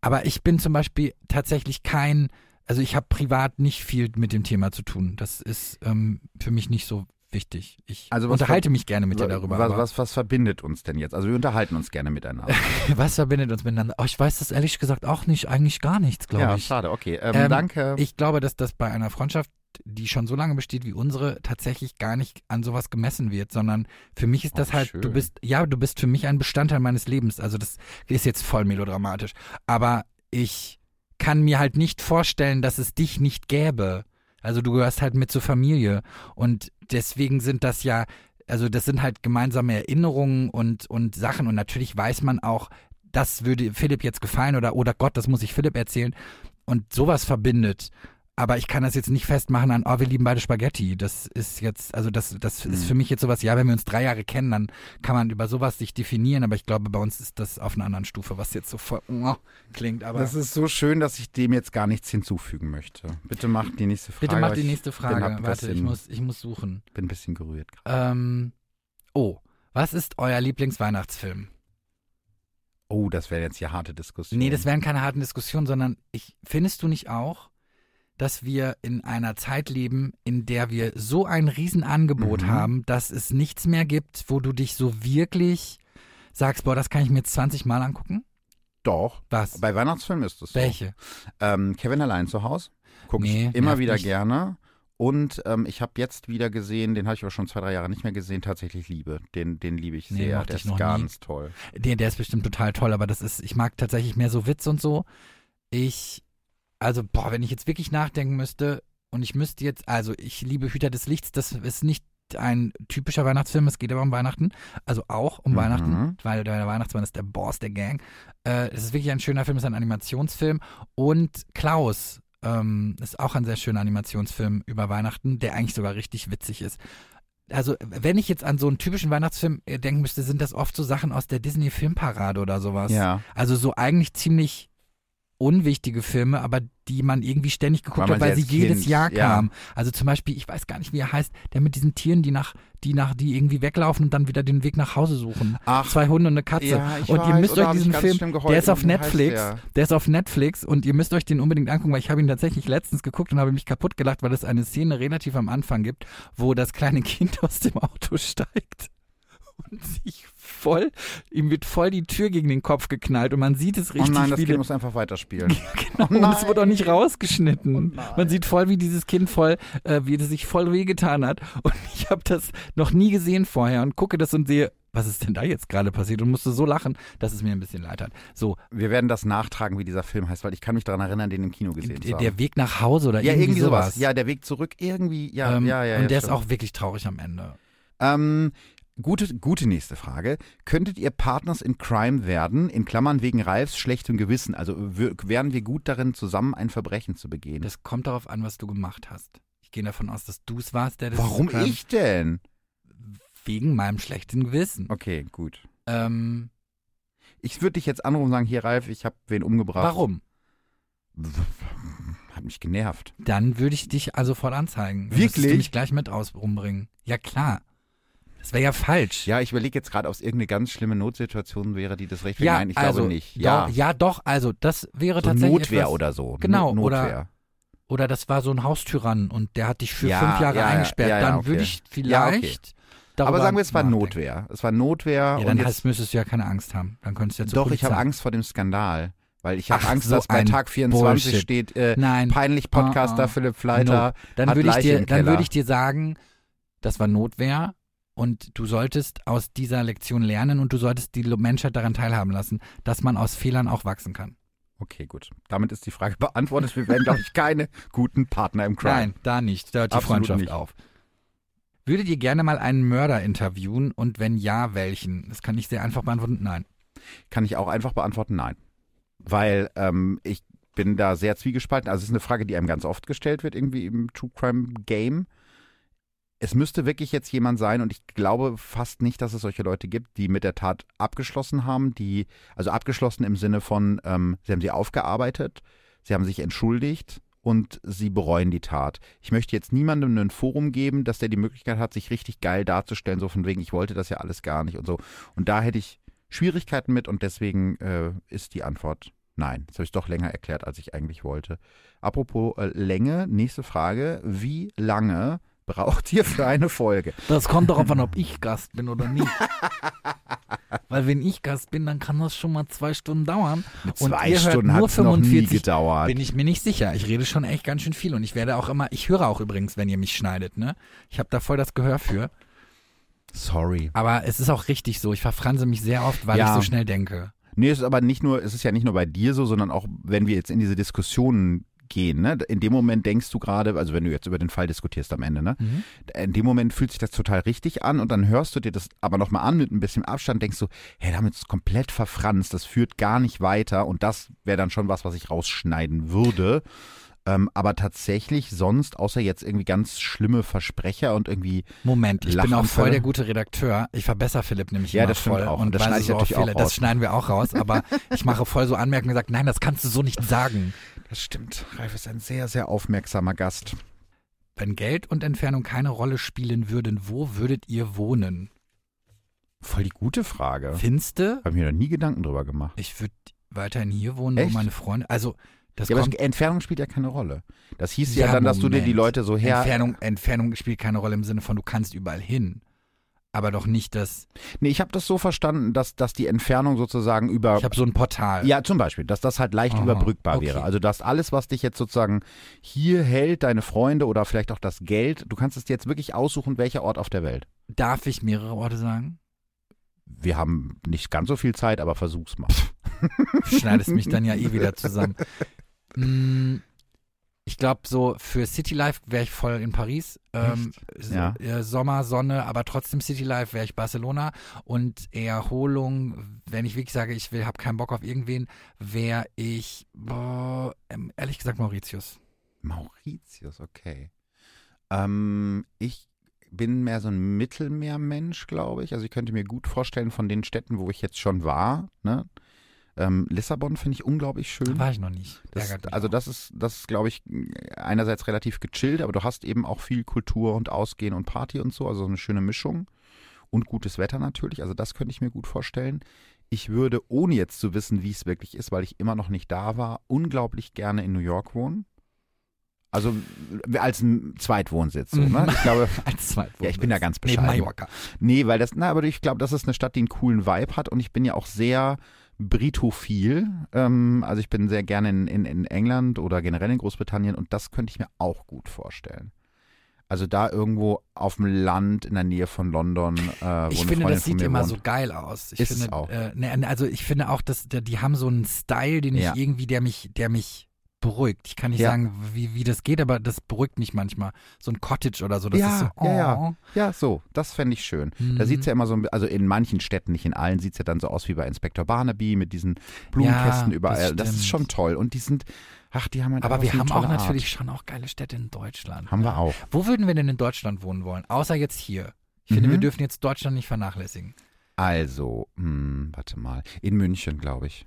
Aber ich bin zum Beispiel tatsächlich kein, also ich habe privat nicht viel mit dem Thema zu tun. Das ist ähm, für mich nicht so wichtig. Ich
Also was
unterhalte mich gerne mit dir darüber.
was,
aber-
was, was verbindet uns denn jetzt? Also wir unterhalten uns gerne miteinander.
was verbindet uns miteinander? Oh, ich weiß das ehrlich gesagt auch nicht, eigentlich gar nichts, glaube
ja,
ich.
schade, okay. Ähm,
Ähm,
danke.
Ich glaube, dass das bei einer Freundschaft, die schon so lange besteht wie unsere, tatsächlich gar nicht an sowas gemessen wird, sondern für mich ist
Oh,
das halt, du
schön.
bist, ja, du bist für mich ein Bestandteil meines Lebens. Also das ist jetzt voll melodramatisch. Aber ich kann mir halt nicht vorstellen, dass es dich nicht gäbe. Also du gehörst halt mit zur Familie. Und deswegen sind das ja, also das sind halt gemeinsame Erinnerungen und, und Sachen. Und natürlich weiß man auch, das würde Philipp jetzt gefallen oder, oder Gott, das muss ich Philipp erzählen. Und sowas verbindet. Aber ich kann das jetzt nicht festmachen an, oh, wir lieben beide Spaghetti. Das ist jetzt, also das, das ist
Mhm.
für mich jetzt sowas, ja, wenn wir uns drei Jahre kennen, dann kann man über sowas sich definieren. Aber ich glaube, bei uns ist das auf einer anderen Stufe, was jetzt so voll oh, klingt. Aber
das ist so schön, dass ich dem jetzt gar nichts hinzufügen möchte. Bitte macht die nächste Frage.
bitte mach
aber
die
ich
nächste
bin, hab
Frage.
das
Warte, ich
in-
muss, ich muss suchen.
bin ein bisschen gerührt. gerade.
Ähm, oh, was ist euer Lieblingsweihnachtsfilm?
Oh, das wäre jetzt hier harte Diskussion.
Nee, das wären keine harten Diskussionen, sondern ich findest du nicht auch, dass wir in einer Zeit leben, in der wir so ein Riesenangebot
Mhm.
haben, dass es nichts mehr gibt, wo du dich so wirklich sagst, boah, das kann ich mir jetzt 20 Mal angucken?
Doch.
Was?
Bei Weihnachtsfilmen ist es so.
Welche?
Ähm, Kevin allein zu Hause. Gucke
Nee,
ich immer
nervt
wieder
mich.
gerne. Und ähm, ich habe jetzt wieder gesehen, den habe ich aber schon zwei, drei Jahre nicht mehr gesehen, tatsächlich Liebe. Den, den liebe ich
Nee,
sehr.
mochte
Der
ich
ist
noch nie.
ganz toll.
Der, der ist bestimmt total toll, aber das ist, ich mag tatsächlich mehr so Witz und so. Ich, also, boah, wenn ich jetzt wirklich nachdenken müsste, Und ich müsste jetzt, also ich liebe Hüter des Lichts, das ist nicht ein typischer Weihnachtsfilm, es geht aber um Weihnachten, also auch um
Mhm.
Weihnachten, weil der Weihnachtsmann ist der Boss der Gang. Äh, es ist wirklich ein schöner Film, es ist ein Animationsfilm. Und Klaus ähm, ist auch ein sehr schöner Animationsfilm über Weihnachten, der eigentlich sogar richtig witzig ist. Also, wenn ich jetzt an so einen typischen Weihnachtsfilm äh, denken müsste, sind das oft so Sachen aus der Disney-Filmparade oder sowas.
Ja,
Also so eigentlich ziemlich unwichtige Filme, aber die man irgendwie ständig geguckt
Weil
hat,
man
weil
sie
sie
als
jedes
Kind,
Jahr
ja.
kamen. Also zum Beispiel, ich weiß gar nicht, wie er heißt, der mit diesen Tieren, die nach, die nach, die irgendwie weglaufen und dann wieder den Weg nach Hause suchen.
Ach.
Zwei Hunde und eine Katze.
Ja, ich
und ihr
weiß,
müsst
oder
euch
hab ich
diesen
ganz
Film,
schlimm geheult?
der ist auf
Wie heißt
Netflix,
der?
der? ist auf Netflix und ihr müsst euch den unbedingt angucken, weil ich habe ihn tatsächlich letztens geguckt und habe mich kaputt gelacht, weil es eine Szene relativ am Anfang gibt, wo das kleine Kind aus dem Auto steigt und sich voll, ihm wird voll die Tür gegen den Kopf geknallt und man sieht es
oh
richtig
nein, das
viele
Kind muss einfach weiterspielen.
Genau,
Oh
und es wurde auch nicht
nein.
rausgeschnitten.
Oh nein.
Man sieht voll, wie dieses Kind voll, äh, wie es sich voll wehgetan hat. Und ich habe das noch nie gesehen vorher und gucke das und sehe, was ist denn da jetzt gerade passiert? Und musste so lachen, dass es mir ein bisschen leid hat. So,
Wir werden das nachtragen, wie dieser Film heißt, weil ich kann mich daran erinnern, den im Kino gesehen zu
der,
haben.
der Weg nach Hause oder
Ja,
irgendwie,
irgendwie sowas.
sowas.
Ja, der Weg zurück, irgendwie, ja,
Ähm,
ja, ja. ja,
und der ist
stimmt.
auch wirklich traurig am Ende.
Ähm, gute, gute nächste Frage. Könntet ihr Partners in Crime werden, in Klammern wegen Ralfs schlechtem Gewissen? Also w- wären wir gut darin, zusammen ein Verbrechen zu begehen?
Das kommt darauf an, was du gemacht hast. Ich gehe davon aus, dass du es warst, der das
Warum
kam.
ich denn?
Wegen meinem schlechten Gewissen.
Okay, gut.
Ähm,
Ich würde dich jetzt anrufen und sagen, hier Ralf, ich habe wen umgebracht.
warum?
Hat mich genervt.
Dann würde ich dich also sofort anzeigen. Dann
Wirklich?
müsstest Du mich gleich mit aus umbringen. Ja klar. Das wäre ja falsch.
Ja, ich überlege jetzt gerade, ob es irgendeine ganz schlimme Notsituation wäre, die das recht Nein, ich
also,
glaube nicht.
Doch,
Ja,
ja. doch, also das wäre
so
tatsächlich
Notwehr
etwas,
oder so.
Genau,
no
oder-
Notwehr.
oder das war so ein Haustyrann und der hat dich für
Ja,
fünf Jahre
ja, ja,
eingesperrt.
ja, ja,
dann
okay.
würde ich
Ja, okay.
vielleicht darüber
Aber sagen wir, es war
nachdenken.
Notwehr. Es war Notwehr
Ja,
und
dann
jetzt
hast, müsstest du ja keine Angst haben. Dann könntest du ja zur
Doch, ich
Polizei.
habe Angst vor dem Skandal, weil ich habe
Ach,
Angst,
so
dass bei
ein
Tag 24
Bullshit.
steht äh,
Nein,
peinlich Podcaster
Ah, ah.
Philipp Fleiter.
dann
hat
würde ich
Leiche
dir,
im
dann
Keller.
würde ich dir sagen, das war Notwehr und du solltest aus dieser Lektion lernen und du solltest die Menschheit daran teilhaben lassen, dass man aus Fehlern auch wachsen kann.
Okay, gut. Damit ist die Frage beantwortet. Wir werden glaube ich keine guten Partner im Crime.
Nein, da nicht. Da hört die
Absolut
Freundschaft
nicht.
auf. Würdet ihr gerne mal einen Mörder interviewen und wenn ja, welchen? Das kann ich sehr einfach beantworten. Nein.
Kann ich auch einfach beantworten, nein. Weil ähm, ich bin da sehr zwiegespalten. Also es ist eine Frage, die einem ganz oft gestellt wird, irgendwie im True Crime Game. Es müsste wirklich jetzt jemand sein, und ich glaube fast nicht, dass es solche Leute gibt, die mit der Tat abgeschlossen haben, die, also abgeschlossen im Sinne von, ähm, sie haben sie aufgearbeitet, sie haben sich entschuldigt und sie bereuen die Tat. Ich möchte jetzt niemandem ein Forum geben, dass der die Möglichkeit hat, sich richtig geil darzustellen, so von wegen, ich wollte das ja alles gar nicht und so. Und da hätte ich Schwierigkeiten mit und deswegen äh, ist die Antwort nein. Jetzt habe ich es doch länger erklärt, als ich eigentlich wollte. Apropos äh, Länge, nächste Frage. Wie lange braucht ihr für eine Folge?
Das kommt darauf an, ob ich Gast bin oder nicht. Weil wenn ich Gast bin, dann kann das schon mal zwei Stunden dauern.
Mit
Und
zwei
ihr hört
Stunden
nur
hat es noch nie
45
gedauert.
Bin ich mir nicht sicher. Ich rede schon echt ganz schön viel und ich werde auch immer, ich höre auch übrigens, wenn ihr mich schneidet, ne? Ich habe da voll das Gehör für.
Sorry.
Aber es ist auch richtig so. Ich verfranse mich sehr oft, weil
Ja.
ich so schnell denke.
Nee, es ist aber nicht nur, es ist ja nicht nur bei dir so, sondern auch, wenn wir jetzt in diese Diskussionen gehen, ne? In dem Moment denkst du gerade, also wenn du jetzt über den Fall diskutierst am Ende, ne? In dem Moment fühlt sich das total richtig an und dann hörst du dir das aber nochmal an mit ein bisschen Abstand, denkst du, hey, damit ist es komplett verfranst, das führt gar nicht weiter und das wäre dann schon was, was ich rausschneiden würde. Ähm, aber tatsächlich sonst, außer jetzt irgendwie ganz schlimme Versprecher und irgendwie,
Moment, ich bin auch
Lachanfälle.
voll der gute Redakteur. Ich verbessere Philipp nämlich
Ja,
immer
das stimmt
voll
auch.
und
Das
weise
schneide ich
so auf
natürlich auch
Fehler.
raus.
Das schneiden wir auch raus, aber ich mache voll so Anmerkungen und sage, nein, das kannst du so nicht sagen.
das stimmt, Ralf ist ein sehr, sehr aufmerksamer Gast.
Wenn Geld und Entfernung keine Rolle spielen würden, wo würdet ihr wohnen?
Voll die gute Frage.
Finste?
Hab mir noch nie Gedanken drüber gemacht.
Ich würde weiterhin hier wohnen,
Echt?
wo meine Freunde. Also, das
ja, aber
kommt.
es- Entfernung spielt ja keine Rolle. Das hieß ja,
Ja,
dann, dass du dir die
Moment.
Leute so her.
Entfernung, Entfernung spielt keine Rolle im Sinne von, du kannst überall hin. Aber doch nicht das.
Nee, ich habe das so verstanden, dass, dass die Entfernung sozusagen über.
Ich habe so ein Portal.
Ja, zum Beispiel, dass das halt leicht
Aha,
überbrückbar
okay.
wäre. Also, dass alles, was dich jetzt sozusagen hier hält, deine Freunde oder vielleicht auch das Geld, du kannst es dir jetzt wirklich aussuchen, welcher Ort auf der Welt.
Darf ich mehrere Orte sagen?
Wir haben nicht ganz so viel Zeit, aber versuch's mal.
Du schneidest mich dann ja eh wieder zusammen. Mm, Ich glaube, so für City Life wäre ich voll in Paris. Ähm, so-
Ja.
äh, Sommer, Sonne, aber trotzdem City Life wäre ich Barcelona. Und Erholung, wenn ich wirklich sage, ich will, habe keinen Bock auf irgendwen, wäre ich, boah, ähm, ehrlich gesagt, Mauritius.
Mauritius, okay. Ähm, ich bin mehr so ein Mittelmeermensch, glaube ich. Also ich könnte mir gut vorstellen von den Städten, wo ich jetzt schon war. Ne? Ähm, Lissabon finde ich unglaublich schön.
War ich noch nicht.
Mhm. Das,
Ärgert mich
also
auch.
das ist, das ist, glaube ich, einerseits relativ gechillt, aber du hast eben auch viel Kultur und Ausgehen und Party und so, also so eine schöne Mischung und gutes Wetter natürlich. Also das könnte ich mir gut vorstellen. Ich würde, ohne jetzt zu wissen, wie es wirklich ist, weil ich immer noch nicht da war, unglaublich gerne in New York wohnen. Also w- als ein Zweitwohnsitz, so,
Mhm.
ne? Ich glaube,
als Zweitwohnsitz.
ja, ich bin da ganz
Neben
bescheiden.
Mallorca.
Nee, weil das, na, aber ich glaube, das ist eine Stadt, die einen coolen Vibe hat und ich bin ja auch sehr britophil. Ähm, also ich bin sehr gerne in, in, in England oder generell in Großbritannien und das könnte ich mir auch gut vorstellen. Also da irgendwo auf dem Land in der Nähe von London. Äh, wo
Ich
eine
finde,
Freundin
das
von
sieht
mir
immer
wohnt.
so geil aus. Ich
Ist es
finde,
auch.
Äh, ne, also ich finde auch, dass da- die haben so einen Style, den ich
Ja.
irgendwie, der mich, der mich beruhigt. Ich kann nicht
Ja.
sagen, wie, wie das geht, aber das beruhigt mich manchmal. So ein Cottage oder so. Das
Ja,
ist so, oh.
ja, ja. Ja, so, das fände ich schön. Da
Mhm.
sieht es ja immer so, ein bi- also in manchen Städten, nicht in allen, sieht es ja dann so aus wie bei Inspektor Barnaby mit diesen Blumenkästen
Ja,
überall.
das
Das, ist schon
stimmt.
toll. Und die sind, ach, die haben halt
Aber
einfach
wir
so eine
haben auch
tolle Art.
natürlich schon auch geile Städte in Deutschland.
Haben
ne?
wir auch.
Wo würden wir denn in Deutschland wohnen wollen? Außer jetzt hier. Ich finde,
Mhm.
wir dürfen jetzt Deutschland nicht vernachlässigen.
Also, hm, warte mal. In München, glaube ich.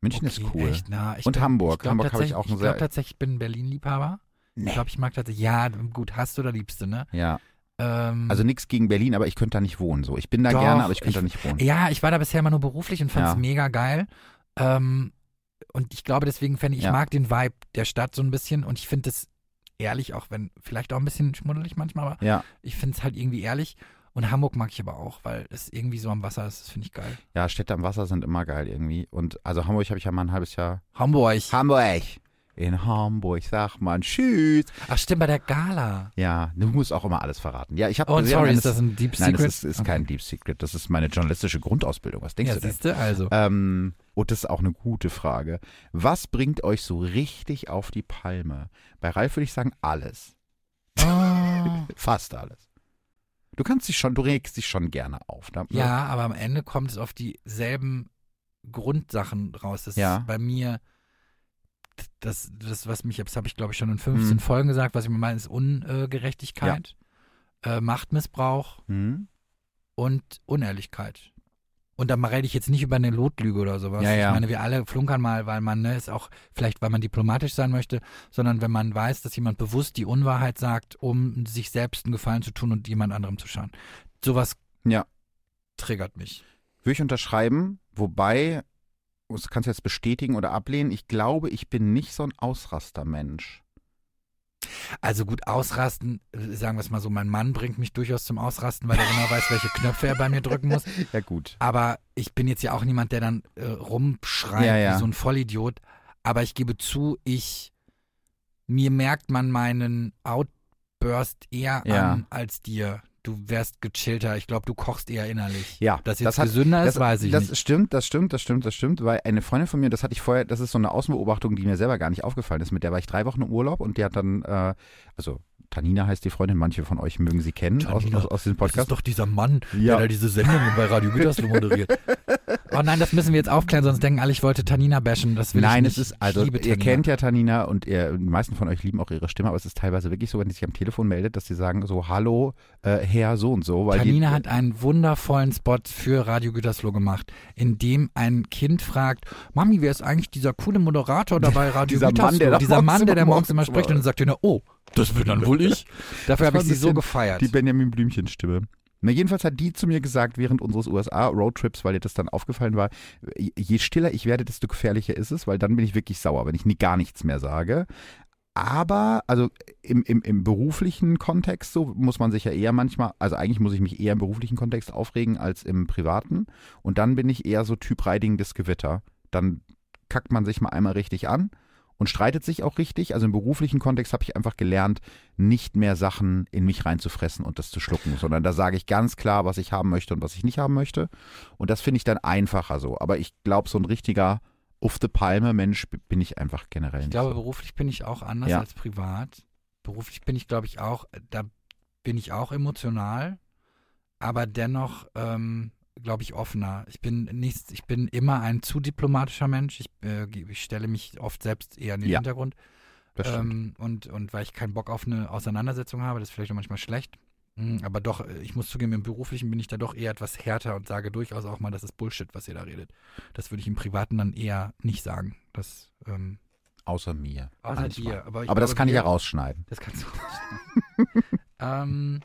München ist
Okay,
cool.
echt, na, ich
Und
bin-
Hamburg.
Ich glaub,
Hamburg habe ich
tatsächlich-
auch ein
Ich glaube
sehr-
tatsächlich, ich bin ein Berlin-Liebhaber.
Nee.
Ich glaube, ich mag tatsächlich. Ja, gut, hast du oder liebst du, ne?
Ja,
Ähm,
also nichts gegen Berlin, aber ich könnte da nicht wohnen. So, ich bin da
Doch,
gerne, aber ich könnte
ich-
da nicht wohnen.
Ja, ich war da bisher immer nur beruflich und fand's
Ja.
mega geil. Ähm, und ich glaube, deswegen fände ich, ich
Ja.
mag den Vibe der Stadt so ein bisschen und ich finde es ehrlich, auch wenn vielleicht auch ein bisschen schmuddelig manchmal, aber
Ja,
ich finde es halt irgendwie ehrlich. Und Hamburg mag ich aber auch, weil es irgendwie so am Wasser ist, das finde ich geil.
ja, Städte am Wasser sind immer geil irgendwie. Und also Hamburg habe ich ja mal ein halbes Jahr.
Hamburg.
Hamburg! In Hamburg, sag man Tschüss.
Ach stimmt, bei der Gala.
Ja, du musst auch immer alles verraten. Also Ja, ich habe
Oh,
sehr
sorry,
meine-
ist das ein Deep
Nein,
Secret?
das ist, ist kein Deep Secret. Das ist meine journalistische Grundausbildung. Was denkst
Ja,
du denn?
siehst du, also.
Ähm, und das ist auch eine gute Frage. Was bringt euch so richtig auf die Palme? Bei Ralf würde ich sagen, alles.
Oh.
Fast alles. Du kannst dich schon, du regst dich schon gerne auf. Ne?
Ja, aber am Ende kommt es auf dieselben Grundsachen raus. Das
Ja.
ist bei mir das, das was mich, das habe ich glaube ich schon in 15
Mhm.
Folgen gesagt, was ich mir meine, ist Ungerechtigkeit, äh, Machtmissbrauch
Hm?
und Unehrlichkeit. Und da rede ich jetzt nicht über eine Lotlüge oder sowas.
Ja, ja.
Ich meine, wir alle flunkern mal, weil man ne, ist auch vielleicht, weil man diplomatisch sein möchte, sondern wenn man weiß, dass jemand bewusst die Unwahrheit sagt, um sich selbst einen Gefallen zu tun und jemand anderem zu schaden. Sowas
Ja.
triggert mich.
Würde ich unterschreiben, wobei, das kannst du jetzt bestätigen oder ablehnen, ich glaube, ich bin nicht so ein Ausrastermensch.
Also gut, ausrasten, äh, sagen wir es mal so, mein Mann bringt mich durchaus zum Ausrasten, weil er genau weiß, welche Knöpfe er bei mir drücken muss.
Ja, gut.
Aber ich bin jetzt ja auch niemand, der dann äh, rumschreit
Ja, ja.
wie so ein Vollidiot. Aber ich gebe zu, ich, mir merkt man meinen Outburst eher
Ja.
an als dir. Du wärst gechillter. Ich glaube, du kochst eher innerlich.
Ja,
Dass jetzt
das hat,
gesünder ist,
das,
weiß ich
das
nicht.
stimmt, das stimmt, das stimmt, das stimmt, weil eine Freundin von mir, das hatte ich vorher, das ist so eine Außenbeobachtung, die mir selber gar nicht aufgefallen ist. Mit der war ich drei Wochen im Urlaub und die hat dann, äh, also Tanina heißt die Freundin, manche von euch mögen sie kennen aus,
Tanina,
aus, aus diesem
Das ist
Podcast.
doch dieser Mann,
Ja.
der da diese Sendung bei Radio Gütersloh moderiert. Oh nein, das müssen wir jetzt aufklären, sonst denken alle, ich wollte Tanina bashen. Das will
Nein,
ich
es
nicht.
ist, also
ich liebe
ihr
Tanina.
kennt ja Tanina und ihr, die meisten von euch lieben auch ihre Stimme, aber es ist teilweise wirklich so, wenn die sich am Telefon meldet, dass sie sagen so, hallo, äh, Herr so und so. Weil
Tanina
die,
hat einen wundervollen Spot für Radio Gütersloh gemacht, in dem ein Kind fragt, Mami, wer ist eigentlich dieser coole Moderator dabei Radio
Dieser Mann,
Gütersloh?
der da
dieser
morgens
Mann, der da
immer-
morgens immer spricht und dann sagt Tanina, oh, das bin dann wohl ich. Dafür
Das
habe
war
ich
ein
sie so
bisschen
gefeiert.
Die Benjamin Blümchen-Stimme. Na, jedenfalls hat die zu mir gesagt, während unseres USA-Roadtrips, weil ihr das dann aufgefallen war, je stiller ich werde, desto gefährlicher ist es, weil dann bin ich wirklich sauer, wenn ich nie gar nichts mehr sage. Aber, also im, im, im beruflichen Kontext, so muss man sich ja eher manchmal, also eigentlich muss ich mich eher im beruflichen Kontext aufregen als im privaten. Und dann bin ich eher so Typ reitingendes Gewitter. Dann kackt man sich mal einmal richtig an und streitet sich auch richtig. Also im beruflichen Kontext habe ich einfach gelernt, nicht mehr Sachen in mich reinzufressen und das zu schlucken, sondern da sage ich ganz klar, was ich haben möchte und was ich nicht haben möchte. Und das finde ich dann einfacher so. Aber ich glaube, so ein richtiger auf der Palme Mensch bin ich einfach generell
Ich
nicht.
glaube,
so.
beruflich bin ich auch anders
Ja.
als privat. Beruflich bin ich, glaube ich, auch, äh, da bin ich auch emotional, aber dennoch, ähm, glaube ich, offener. Ich bin nicht, ich bin immer ein zu diplomatischer Mensch. Ich, äh, ge- ich stelle mich oft selbst eher in den
Ja,
Hintergrund.
Das stimmt.
Ähm, und, und weil ich keinen Bock auf eine Auseinandersetzung habe, das ist vielleicht auch manchmal schlecht. Mm, Aber doch, äh, ich muss zugeben, im Beruflichen bin ich da doch eher etwas härter und sage durchaus auch mal, das ist Bullshit, was ihr da redet. Das würde ich im Privaten dann eher nicht sagen. Das ähm,
Außer mir.
Außer
Manchmal.
dir. Aber, ich
Also Aber das
glaube,
kann ich
wir-
ja rausschneiden.
Das kannst du rausschneiden. ähm,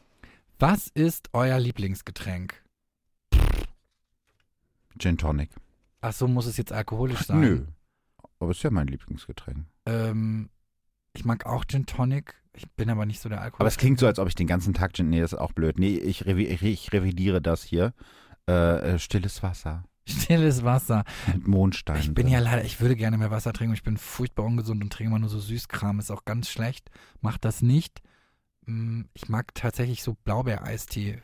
was ist euer Lieblingsgetränk?
Gin Tonic.
Ach so, muss es jetzt alkoholisch sein?
Nö. Aber ist ja mein Lieblingsgetränk.
Ähm, ich mag auch Gin Tonic. Ich bin aber nicht so der Alkohol.
Aber es klingt so, als ob ich den ganzen Tag Gin. Nee, das ist auch blöd. Nee, ich, revi ich- ich revidiere das hier. Äh, äh, stilles Wasser
Stilles Wasser.
mit Mondstein.
Ich bin ja leider, ich würde gerne mehr Wasser trinken. Ich bin furchtbar ungesund und trinke immer nur so Süßkram. Ist auch ganz schlecht. Macht das nicht. Hm, Ich mag tatsächlich so Blaubeereistee.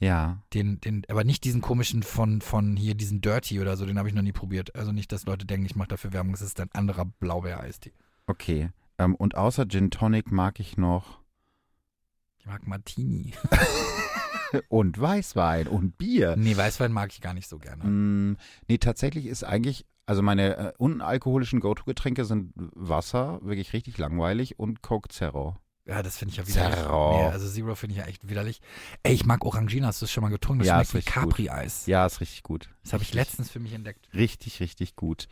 Ja.
Den, den, aber nicht diesen komischen von, von hier, diesen Dirty oder so, den habe ich noch nie probiert. Also nicht, dass Leute denken, ich mache dafür Werbung, es ist ein anderer Blaubeereistee.
Okay. Ähm, und außer Gin Tonic mag ich noch
Ich mag Martini.
und Weißwein und Bier.
Nee, Weißwein mag ich gar nicht so gerne.
Mm, nee, tatsächlich ist eigentlich, also meine äh, unalkoholischen Go-To-Getränke sind Wasser, wirklich richtig langweilig und Coke Zero.
Ja, das finde ich ja widerlich.
Zero.
Nee, also Zero finde ich ja echt widerlich. Ey, ich mag Orangina, hast du das schon mal getrunken? Das
Ja,
schmeckt wie
ist richtig gut.
Capri-Eis.
Ja, ist richtig gut.
Das habe ich
Richtig.
letztens für mich entdeckt.
Richtig, richtig gut.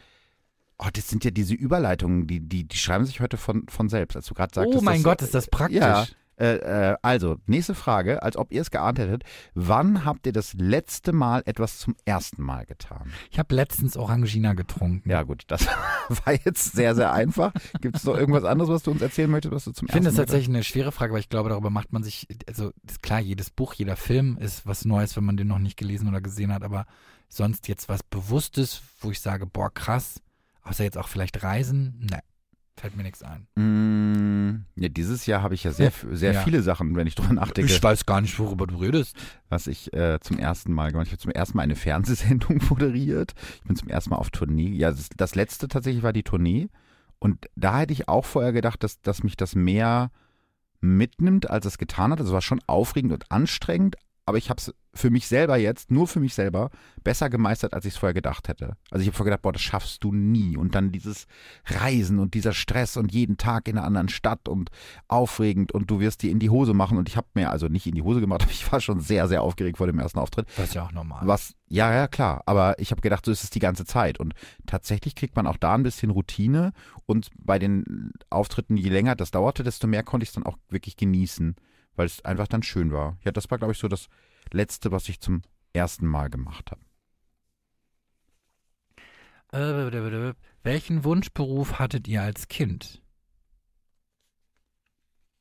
Oh, das sind ja diese Überleitungen, die, die, die schreiben sich heute von, von selbst, als du gerade sagtest.
oh mein
dass-
Gott, ist das praktisch.
Ja. Äh, äh, also, nächste Frage, als ob ihr es geahnt hättet. Wann habt ihr das letzte Mal etwas zum ersten Mal getan?
Ich habe letztens Orangina getrunken.
Ja, gut, das war jetzt sehr, sehr einfach. Gibt es noch irgendwas anderes, was du uns erzählen möchtest, was du zum
Ich
ersten
finde
Mal
das
getan
tatsächlich eine schwere Frage, weil ich glaube, darüber macht man sich, also ist klar, jedes Buch, jeder Film ist was Neues, wenn man den noch nicht gelesen oder gesehen hat, aber sonst jetzt was Bewusstes, wo ich sage, boah, krass, außer jetzt auch vielleicht Reisen, ne, fällt mir nichts ein.
Mm, ja, dieses Jahr habe ich ja sehr, f- sehr
Ja.
viele Sachen, wenn ich drüber nachdenke,
weiß gar nicht, worüber du redest.
was ich äh, zum ersten Mal gemacht habe. Ich habe zum ersten Mal eine Fernsehsendung moderiert. Ich bin zum ersten Mal auf Tournee. Ja, das, das letzte tatsächlich war die Tournee. Und da hätte ich auch vorher gedacht, dass, dass mich das mehr mitnimmt, als es getan hat. Also war schon aufregend und anstrengend, aber ich habe es für mich selber jetzt, nur für mich selber, besser gemeistert, als ich es vorher gedacht hätte. Also ich habe vorher gedacht, boah, das schaffst du nie. Und dann dieses Reisen und dieser Stress und jeden Tag in einer anderen Stadt und aufregend und du wirst dir in die Hose machen. Und ich habe mir also nicht in die Hose gemacht, aber ich war schon sehr, sehr aufgeregt vor dem ersten Auftritt.
Das ist ja auch normal.
Was, ja, ja, klar. Aber ich habe gedacht, so ist es die ganze Zeit. Und tatsächlich kriegt man auch da ein bisschen Routine. Und bei den Auftritten, je länger das dauerte, desto mehr konnte ich es dann auch wirklich genießen, weil es einfach dann schön war. Ja, das war, glaube ich, so das Letzte, was ich zum ersten Mal gemacht habe.
Äh, Welchen Wunschberuf hattet ihr als Kind?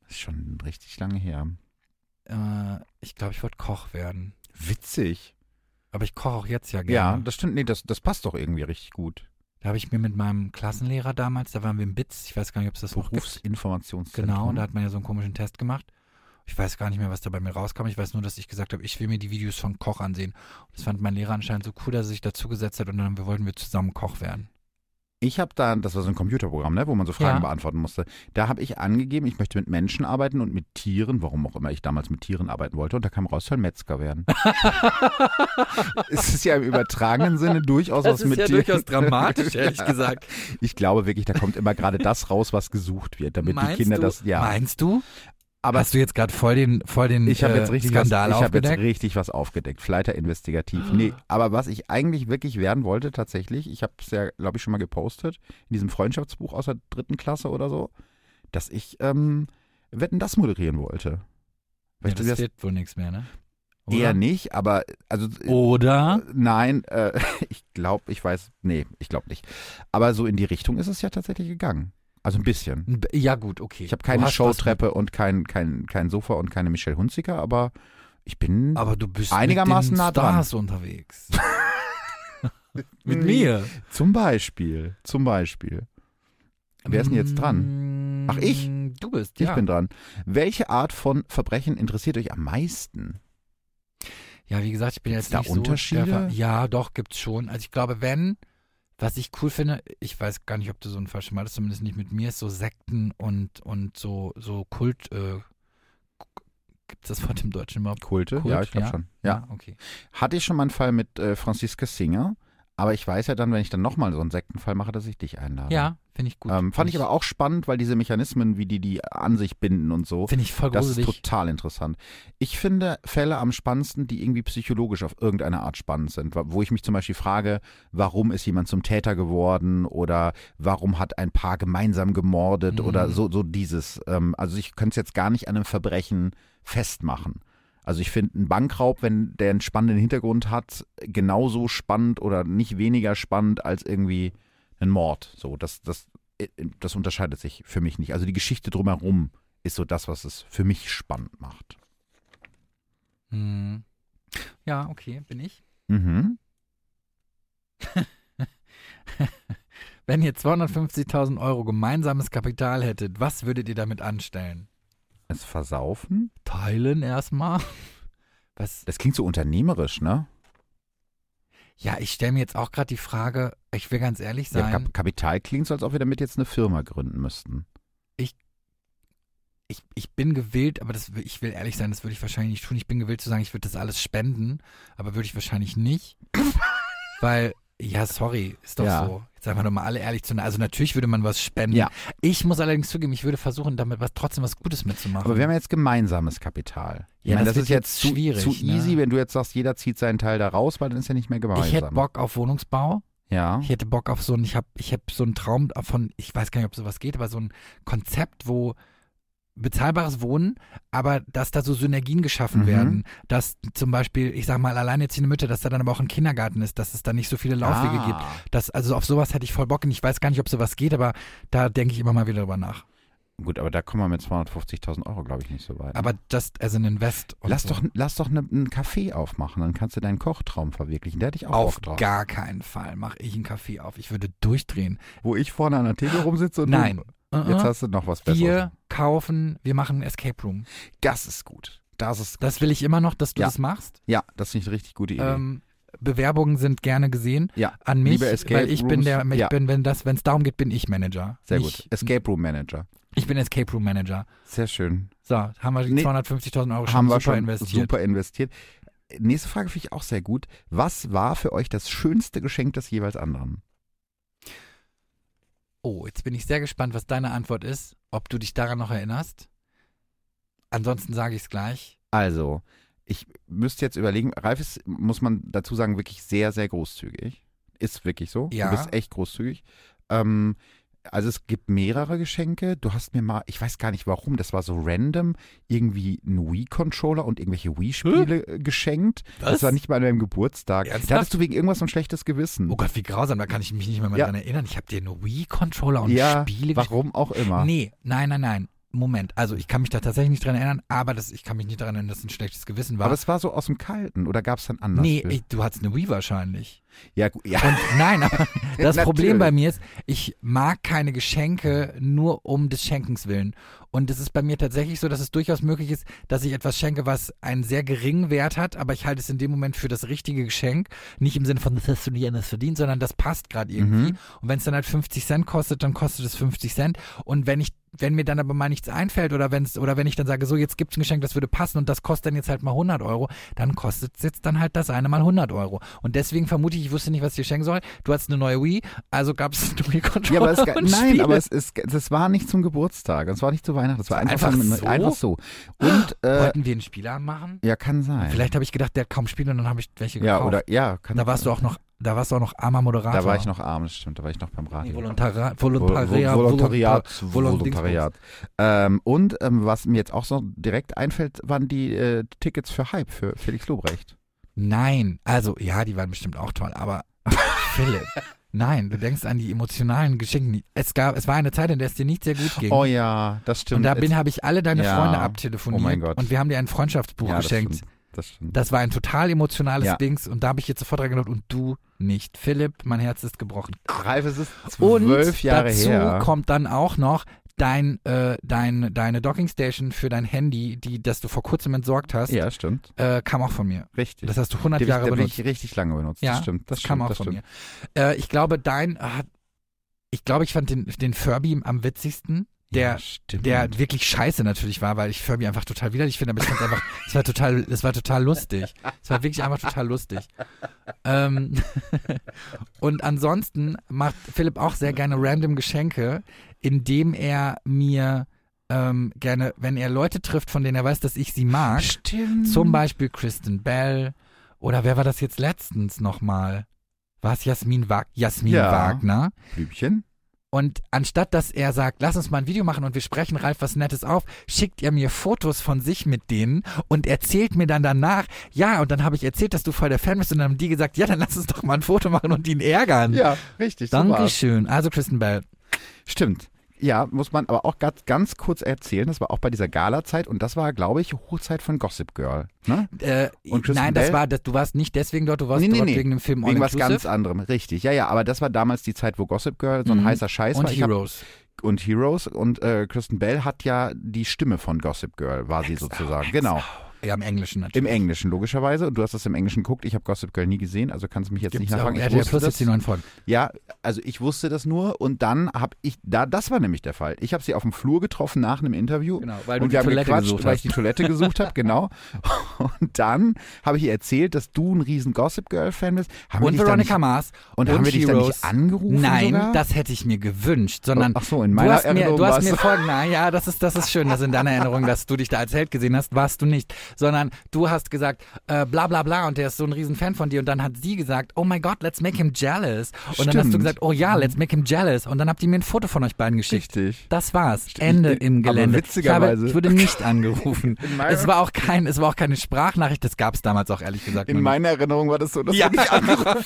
Das ist schon richtig lange her.
Äh, ich glaube, ich wollte Koch werden.
Witzig.
Aber ich koche auch jetzt ja
Ja,
gerne.
das stimmt. Nee, das, das passt doch irgendwie richtig gut.
Da habe ich mir mit meinem Klassenlehrer damals, da waren wir im BITS, ich weiß gar nicht, ob es das noch gibt.
Berufsinformationszentrum.
Genau, und da hat man ja so einen komischen Test gemacht. Ich weiß gar nicht mehr, was da bei mir rauskam. Ich weiß nur, dass ich gesagt habe, ich will mir die Videos von Koch ansehen. Und das fand mein Lehrer anscheinend so cool, dass er sich dazugesetzt hat und dann haben wir- wollten wir zusammen Koch werden.
Ich habe da, das war so ein Computerprogramm, ne, wo man so Fragen
Ja.
beantworten musste. Da habe ich angegeben, ich möchte mit Menschen arbeiten und mit Tieren, warum auch immer ich damals mit Tieren arbeiten wollte. Und da kam raus, ich soll Metzger werden. es ist ja im übertragenen Sinne durchaus was mit Tieren. Ja.
gesagt.
Ich glaube wirklich, da kommt immer gerade das raus, was gesucht wird, damit
meinst
die Kinder
du,
das. Ja,
Meinst du?
aber
Hast du jetzt gerade voll den, voll den
ich habe
äh,
jetzt richtig was, ich
Skandal
habe jetzt
aufgedeckt? Ah.
richtig was aufgedeckt. Fleiter investigativ. Nee, aber was ich eigentlich wirklich werden wollte tatsächlich, ich habe es ja glaube ich schon mal gepostet in diesem Freundschaftsbuch aus der dritten Klasse oder so, dass ich ähm, Wetten das moderieren wollte.
ja,
Weißt du,
das
das
wird wohl nichts mehr, ne?
eher nicht, aber also äh,
Oder?
nein, äh, ich glaube, ich weiß, nee, ich glaube nicht. Aber so in die Richtung ist es ja tatsächlich gegangen. Also ein bisschen.
Ja, gut, okay.
Ich habe
Du
keine
hast was
Showtreppe und kein, kein, kein Sofa und keine Michelle Hunziker, aber ich bin
mit- Aber du bist
Einigermaßen
mit den
nah dran.
Stars unterwegs. mit mir.
Zum Beispiel, zum Beispiel. Wer ist denn jetzt
dran?
Ach, ich?
Mm, Du bist,
Ich
ja.
bin dran. Welche Art von Verbrechen interessiert euch am meisten?
Ja, wie gesagt, ich bin
Gibt's
jetzt
da
nicht
Unterschiede?
so... der Ver- Ja, doch, gibt's schon. Also ich glaube, wenn, Was ich cool finde, ich weiß gar nicht, ob du so einen Fall schon mal hattest, zumindest nicht mit mir, ist so Sekten und, und so, so Kult. Äh, Gibt es das Wort im Deutschen überhaupt?
Kulte?
Kult,
ja, ich glaube
ja.
schon. Ja.
okay.
Hatte ich schon mal einen Fall mit äh, Franziska Singer, aber ich weiß ja dann, wenn ich dann nochmal so einen Sektenfall mache, dass ich dich einlade.
Ja, finde ich gut.
Ähm, fand ich aber auch spannend, weil diese Mechanismen, wie die die an sich binden und so,
Finde ich voll
das ist
gruselig.
total interessant. Ich finde Fälle am spannendsten, die irgendwie psychologisch auf irgendeine Art spannend sind, wa- wo ich mich zum Beispiel frage, warum ist jemand zum Täter geworden oder warum hat ein Paar gemeinsam gemordet
Mhm.
oder so, so dieses. Ähm, also ich könnte es jetzt gar nicht an einem Verbrechen festmachen. Also ich finde einen Bankraub, wenn der einen spannenden Hintergrund hat, genauso spannend oder nicht weniger spannend als irgendwie ein Mord. So, das, das, äh, das unterscheidet sich für mich nicht. Also die Geschichte drumherum ist so das, was es für mich spannend macht.
Hm. Ja, okay, bin ich.
Mhm.
Wenn ihr 250.000 Euro gemeinsames Kapital hättet, was würdet ihr damit anstellen?
Es versaufen?
Teilen erstmal? Was?
Das klingt so unternehmerisch, ne?
Ja, ich stelle mir jetzt auch gerade die Frage, ich will ganz ehrlich
Ja,
sein,
Kap Kapital klingt so, als ob wir damit jetzt eine Firma gründen müssten.
ich, ich bin gewillt, aber das, will- ich will ehrlich sein, das würde ich wahrscheinlich nicht tun. Ich bin gewillt zu sagen, ich würde das alles spenden, aber würde ich wahrscheinlich nicht. weil, ja, sorry, ist doch
Ja.
so. Jetzt sagen wir doch mal alle ehrlich zu. Also natürlich würde man was spenden.
Ja.
Ich muss allerdings zugeben, ich würde versuchen, damit was trotzdem was Gutes mitzumachen.
Aber wir haben ja jetzt gemeinsames Kapital. Ich
Ja,
meine,
das
das,
wird
ist jetzt
jetzt
zu,
schwierig,
zu
ne?
easy, wenn du jetzt sagst, jeder zieht seinen Teil da raus, weil dann ist ja nicht mehr gemeinsam.
ich hätte Bock auf Wohnungsbau.
Ja.
Ich hätte Bock auf so ein, ich habe ich hab so einen Traum von, ich weiß gar nicht, ob sowas geht, aber so ein Konzept, wo bezahlbares Wohnen, aber dass da so Synergien geschaffen
Mhm.
werden, dass zum Beispiel, ich sag mal, alleinerziehende Mütter, dass da dann aber auch ein Kindergarten ist, dass es da nicht so viele Laufwege gibt.
ah.
Das, also auf sowas hätte ich voll Bock und ich weiß gar nicht, ob sowas geht, aber da denke ich immer mal wieder drüber nach.
Gut, aber da kommen wir mit 250.000 Euro, glaube ich, nicht so weit.
Aber das, also ein Invest. Und
lass
so.
doch, lass doch ne, einen Café aufmachen, dann kannst du deinen Kochtraum verwirklichen. Der hätte ich auch
auf
Bock drauf.
gar keinen Fall mache ich einen Kaffee auf. Ich würde durchdrehen.
Wo ich vorne an der Theke rumsitze und
Nein.
Äh, du, jetzt hast du noch was Besseres.
wir kaufen, wir machen einen Escape Room.
Das ist gut. Das ist gut.
Das will ich immer noch, dass du
Ja.
das machst.
Ja, das ist eine richtig gute Idee.
Ähm, Bewerbungen sind gerne gesehen
ja,
an mich,
Liebe Escape
weil ich bin
Rooms.
der, ich
Ja.
bin, wenn das, wenn es darum geht, bin ich Manager.
sehr
ich,
gut. Escape Room Manager.
Ich bin Escape Room Manager.
Sehr schön.
So, haben wir die
Nee.
250.000 Euro schon
Haben
super
wir schon
investiert.
super investiert. Nächste Frage finde ich auch sehr gut. Was war für euch das schönste Geschenk des jeweils anderen?
Oh, jetzt bin ich sehr gespannt, was deine Antwort ist, ob du dich daran noch erinnerst. Ansonsten sage ich es gleich.
Also, ich müsste jetzt überlegen, Ralf ist, muss man dazu sagen, wirklich sehr, sehr großzügig. Ist wirklich so.
Ja.
Du bist echt großzügig. Ähm, also es gibt mehrere Geschenke. Du hast mir mal, ich weiß gar nicht warum, das war so random, irgendwie einen Wii-Controller und irgendwelche Wii-Spiele äh, geschenkt. Das war nicht mal an meinem Geburtstag.
Ernsthaft?
Da hattest du wegen irgendwas ein schlechtes Gewissen.
Oh Gott, wie grausam, da kann ich mich nicht mehr, mal
Ja.
dran erinnern. Ich habe dir einen Wii-Controller und
ja,
Spiele gesch-
warum auch immer.
Nee, nein, nein, nein. Moment, also ich kann mich da tatsächlich nicht dran erinnern, aber das, ich kann mich nicht daran erinnern, dass es ein schlechtes Gewissen war.
Aber es war so aus dem Kalten oder gab es dann anders?
nee, ich, du hattest eine Wii wahrscheinlich.
ja, gu- ja.
Und nein, aber das
Natürlich.
Problem bei mir ist, ich mag keine Geschenke nur um des Schenkens willen. Und es ist bei mir tatsächlich so, dass es durchaus möglich ist, dass ich etwas schenke, was einen sehr geringen Wert hat, aber ich halte es in dem Moment für das richtige Geschenk. Nicht im Sinne von, das hast du dir anders verdient, sondern das passt gerade irgendwie.
Mhm.
Und wenn es dann halt 50 Cent kostet, dann kostet es 50 Cent. Und wenn ich wenn mir dann aber mal nichts einfällt oder wenn's, oder wenn ich dann sage, so jetzt gibt's ein Geschenk, das würde passen und das kostet dann jetzt halt mal 100 Euro, dann kostet jetzt dann halt das eine mal 100 Euro. Und deswegen vermute ich, ich wusste nicht, was ich dir schenken soll. Du hattest eine neue Wii, also gab's eine Wii-Controller
Ja, aber es, ga-
und
nein,
Spiele.
aber es ist, das war nicht zum Geburtstag, das war nicht zu Weihnachten, das war einfach,
Einfach
von-
so?
einfach so. Und äh,
Wollten wir einen Spieler anmachen?
ja, kann sein.
Vielleicht habe ich gedacht, der hat kaum Spiele und dann habe ich welche gekauft.
ja oder ja, kann
da warst du auch noch, da warst du auch noch armer Moderator.
Da war ich noch arm, das stimmt, da war ich noch beim Radio.
Nee, Volontariat,
Vol- Vol-
Volontariat,
Volontariat.
Volont-
Volontariat. Ähm, und ähm, was mir jetzt auch so direkt einfällt, waren die äh, Tickets für Hype für Felix Lobrecht.
Nein, also ja, die waren bestimmt auch toll, aber Philipp, nein, du denkst an die emotionalen Geschenke. Es gab, es war eine Zeit, in der es dir nicht sehr gut ging.
Oh ja, das stimmt.
und da bin, habe ich alle deine
Ja.
Freunde abtelefoniert
Oh mein Gott.
und wir haben dir ein Freundschaftsbuch
ja, das
geschenkt.
stimmt. Das stimmt.
Das war ein total emotionales
Ja.
Dings und da habe ich jetzt sofort dran gedacht und du nicht. Philipp, mein Herz ist gebrochen.
Ralf, es ist
Und
zwölf Jahre
dazu
her.
kommt dann auch noch, dein, äh, dein, deine Dockingstation für dein Handy, die, das du vor kurzem entsorgt hast,
Ja, stimmt.
äh, kam auch von mir.
Richtig.
Das hast du 100
Die hab ich-
Jahre
da bin
benutzt.
ich richtig lange benutzt.
Ja,
das stimmt.
das,
Das
kam
stimmt,
auch
das
von
stimmt.
mir. Äh, ich glaube, dein, ah, ich glaube, ich fand den, den Furby am witzigsten. Der,
ja, stimmt.
der wirklich scheiße natürlich war, weil ich Furby einfach total widerlich finde, aber ich fand einfach, es war total, es war total lustig. Es war wirklich einfach total lustig. Ähm, und ansonsten macht Philipp auch sehr gerne random Geschenke, indem er mir ähm, gerne, wenn er Leute trifft, von denen er weiß, dass ich sie mag,
stimmt.
zum Beispiel Kristen Bell oder wer war das jetzt letztens nochmal? War es Jasmin, Wag Jasmin
Ja.
Wagner?
Blümchen.
Und anstatt dass er sagt, lass uns mal ein Video machen und wir sprechen Ralf was Nettes auf, schickt er mir Fotos von sich mit denen und erzählt mir dann danach, ja, und dann habe ich erzählt, dass du voll der Fan bist und dann haben die gesagt, ja, dann lass uns doch mal ein Foto machen und ihn ärgern.
Ja, richtig. so war's.
Dankeschön. Also Kristen Bell.
Stimmt. Ja, muss man aber auch ganz, ganz kurz erzählen. Das war auch bei dieser Gala-Zeit und das war, glaube ich, Hochzeit von Gossip Girl. Ne?
Äh,
Und Kristen
nein, das
Bell?
war, das, du warst nicht deswegen dort, du warst
Nee, nee,
dort
nee.
wegen dem Film
Wegen
All
was ganz
Inclusive
anderem, richtig. Ja, ja, aber das war damals die Zeit, wo Gossip Girl so ein
Mhm.
heißer Scheiß
und
war. Ich hab-
Heroes.
und Heroes. Und äh, Kristen Bell hat ja die Stimme von Gossip Girl, war sie sozusagen. Genau.
Ja, im Englischen natürlich.
Im Englischen, logischerweise. Und du hast das im Englischen geguckt. Ich habe Gossip Girl nie gesehen, also kannst du mich jetzt
Gibt's
nicht
auch,
nachfragen. Ich
RTL
wusste
Plus
das.
jetzt die neuen Folgen.
Ja, also ich wusste das nur und dann habe ich, da, das war nämlich der Fall. Ich habe sie auf dem Flur getroffen nach einem Interview
Genau, weil du
und
die
wir haben
Toilette
gequatscht,
gesucht
weil
hast.
ich die Toilette gesucht habe, genau. Und dann habe ich ihr erzählt, dass du ein riesen Gossip Girl Fan bist. Haben
Und
wir dich da
Veronica
nicht,
Mars.
und, haben wir dich da
Heroes.
nicht angerufen?
Nein,
sogar? Oh,
das hätte ich mir gewünscht, sondern
Ach so, in meiner
du hast mir,
Erinnerung
du hast
warst
mir
du-
folgen, na ja, das ist, das ist schön, dass in deiner Erinnerung, dass du dich da als Held gesehen hast, warst du nicht, sondern du hast gesagt, äh, bla bla bla und der ist so ein riesen Fan von dir und dann hat sie gesagt, oh my God, let's make him jealous und dann hast
Stimmt. Mhm.
du gesagt, oh ja, let's make him jealous und dann habt ihr mir ein Foto von euch beiden geschickt.
richtig.
Das war's. Ende im
aber
Gelände. ich,
witzigerweise-
habe, ich wurde nicht angerufen.
In meiner-
es, war auch kein, es war auch keine Sprachnachricht, das gab es damals auch ehrlich gesagt. noch
In
nicht.
meiner Erinnerung war das so, dass
Ja.
du nicht angerufen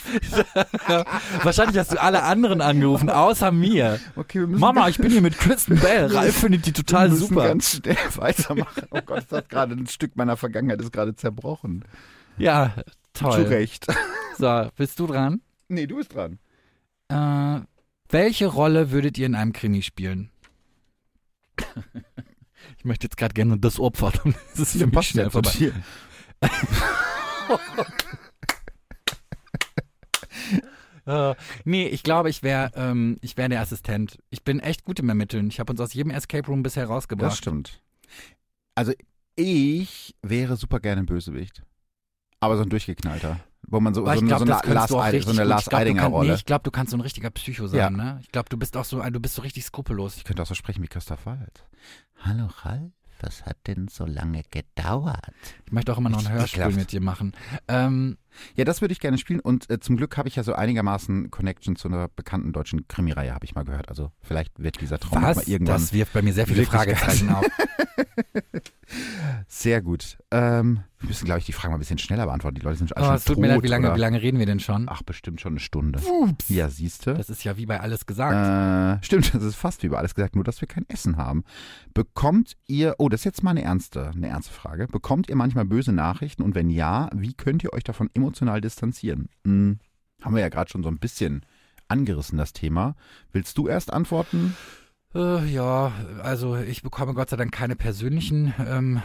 Wahrscheinlich hast du alle anderen angerufen, außer mir.
Okay, wir müssen
Mama, ich bin hier mit Kristen Bell. Ralf findet die total
müssen
super.
ganz schnell weitermachen. Oh Gott, ist das gerade ein Stück meiner Vergangenheit ist gerade zerbrochen.
Ja,
Zu
toll.
Recht.
So, bist du dran?
Nee, du bist dran.
Äh, welche Rolle würdet ihr in einem Krimi spielen? Ich möchte jetzt gerade gerne das Opfer. Das ist für mich schnell vorbei.
Hier.
Äh, nee, ich glaube, ich wäre ähm, ich wär der Assistent. Ich bin echt gut im Ermitteln. Ich habe uns aus jedem Escape Room bisher
Das
rausgebracht.
stimmt. Also ich wäre super gerne Bösewicht. Aber so ein durchgeknallter. Wo man so,
Aber
so,
ich
eine-
glaub,
so eine
das kannst
Lars
du auch
Eid- so
richtig
eine
gut.
Lars
Ich glaub, du kannst- Nee,
Eidinger-Rolle.
ich glaube, du kannst so ein richtiger Psycho sein,
Ja.
ne? Ich glaube, du bist auch so, ein- du bist so richtig skrupellos.
Ich könnte auch so sprechen wie Christoph Wald. Hallo Ralf, was hat denn so lange gedauert?
Ich möchte auch immer noch ein
Richtig
Hörspiel
ekelhaft.
mit dir machen. Ähm,
Ja, das würde ich gerne spielen und äh, zum Glück habe ich ja so einigermaßen Connection zu einer bekannten deutschen Krimireihe, habe ich mal gehört. Also vielleicht wird dieser Traum noch
was?
mal irgendwann.
Das wirft bei mir sehr viele
Wirklichkeit.
Fragezeichen auf.
Sehr gut. Ähm, wir müssen, glaube ich, die Fragen mal ein bisschen schneller beantworten. Die Leute sind schon,
Oh,
schon
es tut
tot,
mir leid, wie lange,
oder?
wie lange reden wir denn schon?
Ach, bestimmt schon eine Stunde.
Ups.
Ja, siehst du.
Das ist ja wie bei alles gesagt.
Äh, stimmt, das ist fast wie über alles gesagt, nur dass wir kein Essen haben. Bekommt ihr, oh, das ist jetzt mal eine ernste, eine ernste Frage. Bekommt ihr manchmal böse Nachrichten und wenn ja, wie könnt ihr euch davon emotional distanzieren? Hm, haben wir ja gerade schon so ein bisschen angerissen, das Thema. Willst du erst antworten?
Äh, ja, also ich bekomme Gott sei Dank keine persönlichen ähm,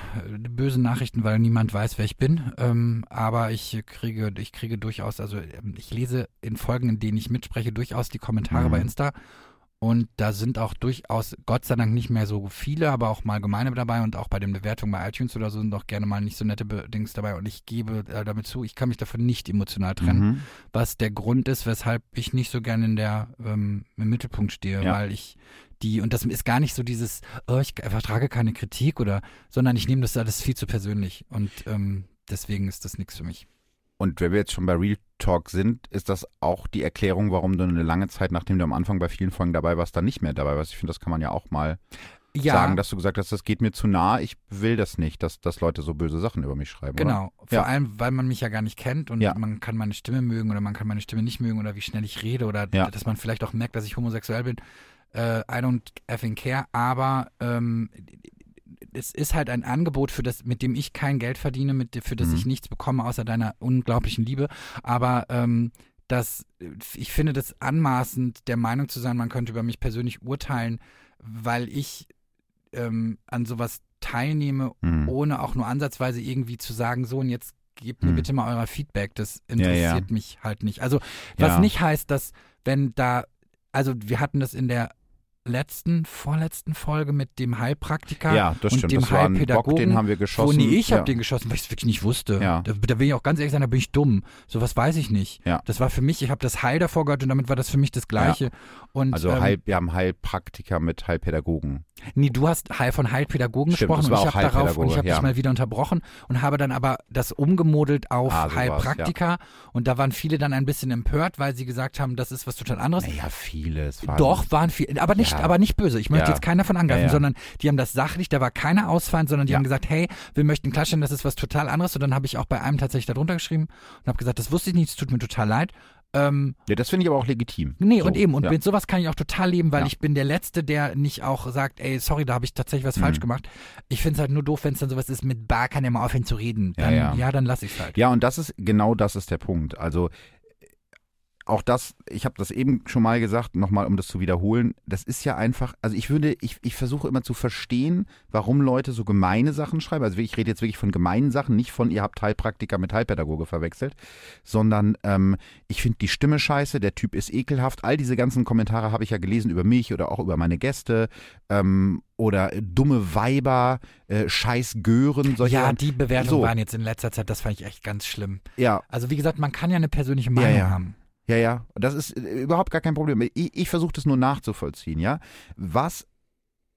bösen Nachrichten, weil niemand weiß, wer ich bin. Ähm, aber ich kriege, ich kriege durchaus, also ähm, ich lese in Folgen, in denen ich mitspreche, durchaus die Kommentare
Mhm.
bei Insta. Und da sind auch durchaus, Gott sei Dank, nicht mehr so viele, aber auch mal gemeine dabei und auch bei den Bewertungen bei iTunes oder so sind auch gerne mal nicht so nette Be Dings dabei. Und ich gebe äh, damit zu, ich kann mich davon nicht emotional trennen
Mhm.
was der Grund ist, weshalb ich nicht so gerne in der ähm, im Mittelpunkt stehe,
Ja.
weil ich die und das ist gar nicht so dieses, oh, ich vertrage keine Kritik oder, sondern ich nehme das alles viel zu persönlich und ähm, deswegen ist das nichts für mich.
Und wenn wir jetzt schon bei Real Talk sind, ist das auch die Erklärung, warum du eine lange Zeit, nachdem du am Anfang bei vielen Folgen dabei warst, dann nicht mehr dabei warst. Ich finde, das kann man ja auch mal
Ja,
sagen, dass du gesagt hast, das geht mir zu nah, ich will das nicht, dass, dass Leute so böse Sachen über mich schreiben. Oder?
genau. Vor
Ja.
allem, weil man mich ja gar nicht kennt und
Ja.
man kann meine Stimme mögen oder man kann meine Stimme nicht mögen oder wie schnell ich rede oder
Ja.
dass man vielleicht auch merkt, dass ich homosexuell bin. Äh, I don't effing care, aber ähm, es ist halt ein Angebot, für das, mit dem ich kein Geld verdiene, mit, dem- für das
Mhm.
ich nichts bekomme, außer deiner unglaublichen Liebe. Aber ähm, das, ich finde das anmaßend, der Meinung zu sein, man könnte über mich persönlich urteilen, weil ich ähm, an sowas teilnehme,
Hm.
ohne auch nur ansatzweise irgendwie zu sagen, so und jetzt gebt mir
Hm.
bitte mal euer Feedback. Das
ja.
interessiert mich halt nicht. Also was
Ja.
nicht heißt, dass wenn da, also wir hatten das in der letzten, vorletzten Folge mit dem Heilpraktiker.
ja, das
und
stimmt.
dem
Das war ein Bock,
Heilpädagogen,
den haben wir
Oh
geschossen.
nee, ich habe
ja.
den geschossen, weil ich es wirklich nicht wusste.
Ja.
Da, da will ich auch ganz ehrlich sein, da bin ich dumm. Sowas weiß ich nicht.
Ja.
Das war für mich, ich habe das Heil davor gehört und damit war das für mich das Gleiche. Und,
Also
ähm,
Heil, wir haben Heilpraktiker mit Heilpädagogen.
Nee, du hast Heil von Heilpädagogen
Stimmt,
gesprochen
das war
und ich
auch
habe darauf und
Heilpädagoge,
ich habe
ja.
dich mal wieder unterbrochen und habe dann aber das umgemodelt auf
Ah, sowas,
Heilpraktiker und da waren viele dann ein bisschen empört, weil sie gesagt haben, das ist was total anderes.
Naja, vieles. War
Doch, waren viele, aber nicht,
Ja.
aber nicht böse. Ich möchte
Ja.
jetzt keinen davon angreifen,
Ja, ja.
sondern die haben das sachlich, da war keiner ausfallend, sondern die
Ja.
haben gesagt, hey, wir möchten klatschen, das ist was total anderes. Und dann habe ich auch bei einem tatsächlich darunter geschrieben und habe gesagt, das wusste ich nicht, es tut mir total leid. Ähm,
Ja, das finde ich aber auch legitim.
nee,
So,
und eben, und
ja.
mit sowas kann ich auch total leben, weil
Ja.
ich bin der Letzte, der nicht auch sagt, ey, sorry, da habe ich tatsächlich was
Mhm.
falsch gemacht. Ich finde es halt nur doof, wenn es dann sowas ist, mit Bar kann er mal aufhören zu reden.
Ja,
Dann,
ja.
dann lass ich halt.
Ja, und das ist, genau das ist der Punkt. Also äh, auch das, ich habe das eben schon mal gesagt, nochmal, um das zu wiederholen, das ist ja einfach, also ich würde, ich, ich versuche immer zu verstehen, warum Leute so gemeine Sachen schreiben. Also ich rede jetzt wirklich von gemeinen Sachen, nicht von ihr habt Heilpraktiker mit Heilpädagoge verwechselt, sondern ähm, ich finde die Stimme scheiße, der Typ ist ekelhaft. All diese ganzen Kommentare habe ich ja gelesen über mich oder auch über meine Gäste ähm, oder äh, dumme Weiber, äh, scheiß Gören, solche
Ja,
Sachen.
die Bewertungen
So.
waren jetzt in letzter Zeit, das fand ich echt ganz schlimm.
ja,
Also wie gesagt, man kann ja eine persönliche Meinung
ja.
haben.
Ja, ja, das ist äh, überhaupt gar kein Problem. Ich, ich versuche das nur nachzuvollziehen, ja. Was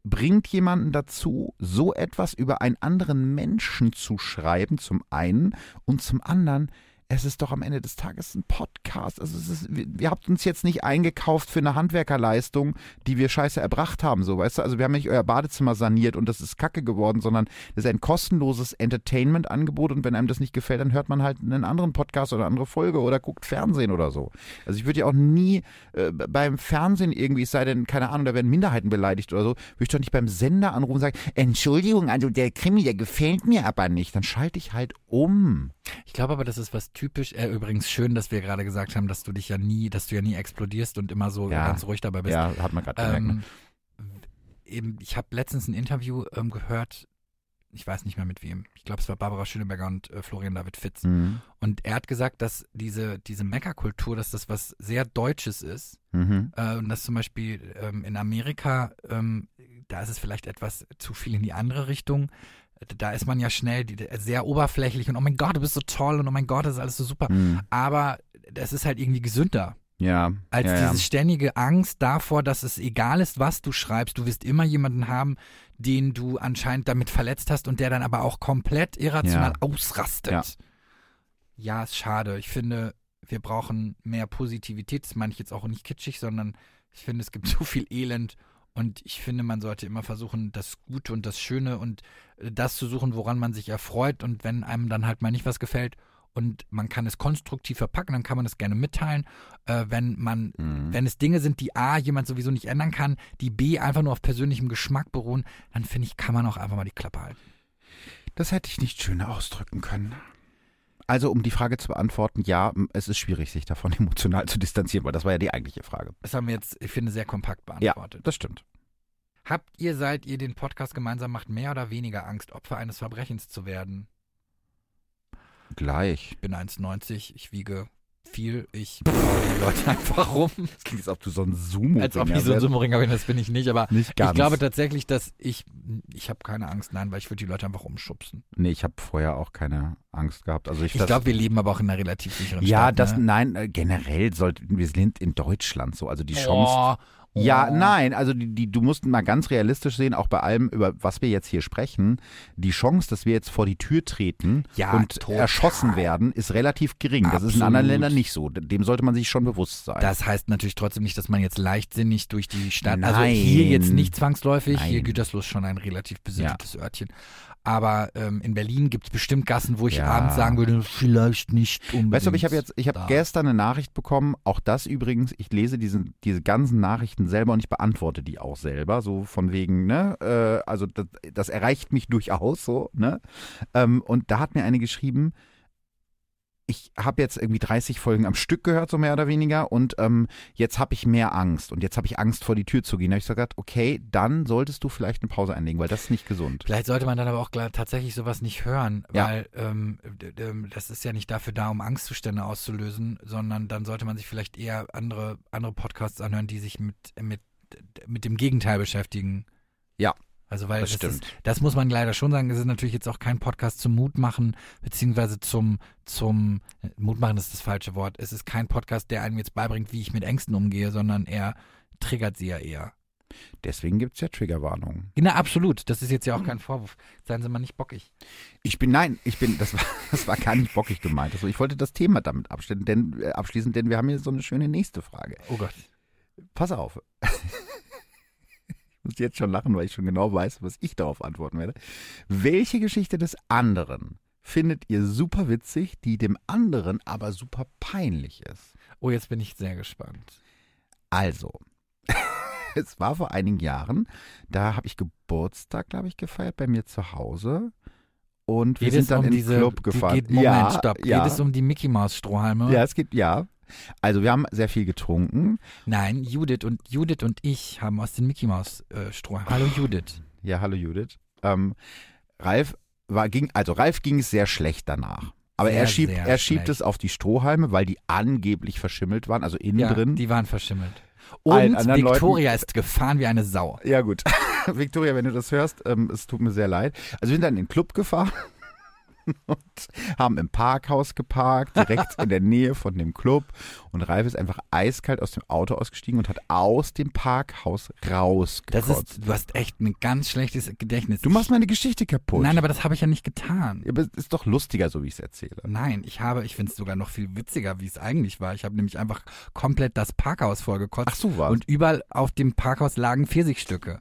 bringt jemanden dazu, so etwas über einen anderen Menschen zu schreiben, zum einen, und zum anderen, es ist doch am Ende des Tages ein Podcast. Also es ist, wir, ihr habt uns jetzt nicht eingekauft für eine Handwerkerleistung, die wir scheiße erbracht haben, so weißt du. Also wir haben nicht euer Badezimmer saniert und das ist Kacke geworden, sondern das ist ein kostenloses Entertainment-Angebot und wenn einem das nicht gefällt, dann hört man halt einen anderen Podcast oder eine andere Folge oder guckt Fernsehen oder so. Also ich würde ja auch nie äh, beim Fernsehen irgendwie, es sei denn, keine Ahnung, da werden Minderheiten beleidigt oder so, würde ich doch nicht beim Sender anrufen und sagen, Entschuldigung, also der Krimi, der gefällt mir aber nicht. Dann schalte ich halt um.
Ich glaube aber, das ist was typisch. Äh, übrigens schön, dass wir gerade gesagt haben, dass du dich ja nie, dass du ja nie explodierst und immer so
Ja.
ganz ruhig dabei bist.
Ja, hat man gerade gemerkt. ne?
ähm, eben, ich habe letztens ein Interview ähm, gehört, ich weiß nicht mehr mit wem. Ich glaube, es war Barbara Schöneberger und äh, Florian David Fitz.
Mhm.
Und er hat gesagt, dass diese, diese Meckerkultur, dass das was sehr Deutsches ist.
Mhm.
Äh, und dass zum Beispiel ähm, in Amerika, ähm, da ist es vielleicht etwas zu viel in die andere Richtung. Äh, Da ist man ja schnell die, sehr oberflächlich und oh mein Gott, du bist so toll und oh mein Gott, das ist alles so super.
Mhm.
Aber das ist halt irgendwie gesünder
Ja.
als
ja,
diese
ja.
ständige Angst davor, dass es egal ist, was du schreibst. Du wirst immer jemanden haben, den du anscheinend damit verletzt hast und der dann aber auch komplett irrational
Ja.
ausrastet.
Ja.
Ja. ist schade. Ich finde, wir brauchen mehr Positivität. Das meine ich jetzt auch nicht kitschig, sondern ich finde, es gibt so viel Elend. Und ich finde, man sollte immer versuchen, das Gute und das Schöne und äh, das zu suchen, woran man sich erfreut. Und wenn einem dann halt mal nicht was gefällt und man kann es konstruktiv verpacken, dann kann man das gerne mitteilen. Äh, wenn man
Mhm.
wenn es Dinge sind, die A, jemand sowieso nicht ändern kann, die B, einfach nur auf persönlichem Geschmack beruhen, dann finde ich, kann man auch einfach mal die Klappe halten.
Das hätte ich nicht schöner ausdrücken können. Also, um die Frage zu beantworten, ja, m- es ist schwierig, sich davon emotional zu distanzieren, weil das war ja die eigentliche Frage.
Das haben wir jetzt, ich finde, sehr kompakt
Ja,
beantwortet.
das stimmt.
Habt ihr, seit ihr den Podcast gemeinsam macht, mehr oder weniger Angst, Opfer eines Verbrechens zu werden?
Gleich.
Ich bin 1,90, ich wiege viel, ich baue die Leute einfach rum.
Es klingt, als ob du so ein sumo
Als ob ich so ein Summeringer bin, das bin ich nicht, aber
Nicht ganz.
ich glaube tatsächlich, dass ich, ich habe keine Angst, nein, weil ich würde die Leute einfach umschubsen.
Nee, ich habe vorher auch keine Angst gehabt. Also ich,
Ich
das-
glaube, wir leben aber auch in einer relativ sicheren
ja,
Stadt.
das
ne?
nein, äh, generell sollten wir sind in Deutschland so, also die Chance.
Oh,
Ja,
oh.
nein, also die, die, du musst mal ganz realistisch sehen, auch bei allem über was wir jetzt hier sprechen, die Chance, dass wir jetzt vor die Tür treten
Ja,
und
total.
erschossen werden, ist relativ gering. Das ist in
Absolut.
anderen Ländern nicht so. Dem sollte man sich schon bewusst sein.
Das heißt natürlich trotzdem nicht, dass man jetzt leichtsinnig durch die Stadt, also
Nein.
hier jetzt nicht zwangsläufig, hier
Nein.
Gütersloh ist schon ein relativ besittetes Örtchen. Aber ähm, in Berlin gibt es bestimmt Gassen, wo ich
Ja.
abends sagen würde, vielleicht nicht unbedingt.
Weißt du, aber ich habe jetzt, ich
da.
habe gestern eine Nachricht bekommen, auch das übrigens, ich lese diese, diese ganzen Nachrichten selber und ich beantworte die auch selber, so von wegen, ne, äh, also das, das erreicht mich durchaus so, ne. Ähm, und da hat mir eine geschrieben, ich habe jetzt irgendwie 30 Folgen am Stück gehört, so mehr oder weniger, und ähm, jetzt habe ich mehr Angst und jetzt habe ich Angst, vor die Tür zu gehen. Da habe ich so gedacht, okay, dann solltest du vielleicht eine Pause einlegen, weil das ist nicht gesund.
Vielleicht sollte man dann aber auch gla- tatsächlich sowas nicht hören,
Ja.
weil ähm, d- d- ähm, das ist ja nicht dafür da, um Angstzustände auszulösen, sondern dann sollte man sich vielleicht eher andere, andere Podcasts anhören, die sich mit, mit, mit dem Gegenteil beschäftigen.
Ja.
Also weil
Das
das,
stimmt.
ist, das muss man leider schon sagen, es ist natürlich jetzt auch kein Podcast zum Mut machen, beziehungsweise zum, zum äh, Mut machen ist das falsche Wort. Es ist kein Podcast, der einem jetzt beibringt, wie ich mit Ängsten umgehe, sondern er triggert sie ja eher.
Deswegen gibt es ja Triggerwarnungen.
Na, absolut. Das ist jetzt ja auch kein Vorwurf. Seien Sie mal nicht bockig.
Ich bin, nein, ich bin, das war, das war gar nicht bockig gemeint. Also ich wollte das Thema damit abschließen denn, äh, abschließen, denn wir haben hier so eine schöne nächste Frage.
Oh Gott.
Pass auf. Ich muss jetzt schon lachen, weil ich schon genau weiß, was ich darauf antworten werde. Welche Geschichte des anderen findet ihr super witzig, die dem anderen aber super peinlich ist?
Oh, jetzt bin ich sehr gespannt.
Also, es war vor einigen Jahren, da habe ich Geburtstag, glaube ich, gefeiert bei mir zu Hause. Und wir
Geht es
sind dann
um
in
diese,
den Club gefahren.
Die geht, Moment,
ja,
stopp.
ja.
Geht es um die Mickey Maus Strohhalme?
Ja, es gibt, ja. Also wir haben sehr viel getrunken.
Nein, Judith und Judith und ich haben aus den Mickey Maus äh, Strohhalmen. Hallo Judith.
Ja, hallo Judith. Ähm, Ralf war, ging, also Ralf ging es sehr schlecht danach. Aber
Sehr,
er schiebt,
sehr
er schiebt
schlecht.
es auf die Strohhalme, weil die angeblich verschimmelt waren, also innen
Ja,
drin.
die waren verschimmelt.
Allen
Und
anderen Leuten-
Victoria ist gefahren wie eine Sau.
Ja, gut. Victoria, wenn du das hörst, ähm, es tut mir sehr leid. Also wir sind dann in den Club gefahren und haben im Parkhaus geparkt, direkt in der Nähe von dem Club. Und Ralf ist einfach eiskalt aus dem Auto ausgestiegen und hat aus dem Parkhaus
Das
rausgekotzt.
ist, du hast echt ein ganz schlechtes Gedächtnis.
du machst meine Geschichte kaputt.
Nein, aber das habe ich ja nicht getan.
Ja, aber es ist doch lustiger, so wie ich es erzähle.
Nein, ich habe, ich finde es sogar noch viel witziger, wie es eigentlich war. Ich habe nämlich einfach komplett das Parkhaus vollgekotzt.
Ach so was.
Und überall auf dem Parkhaus lagen Pfirsichstücke.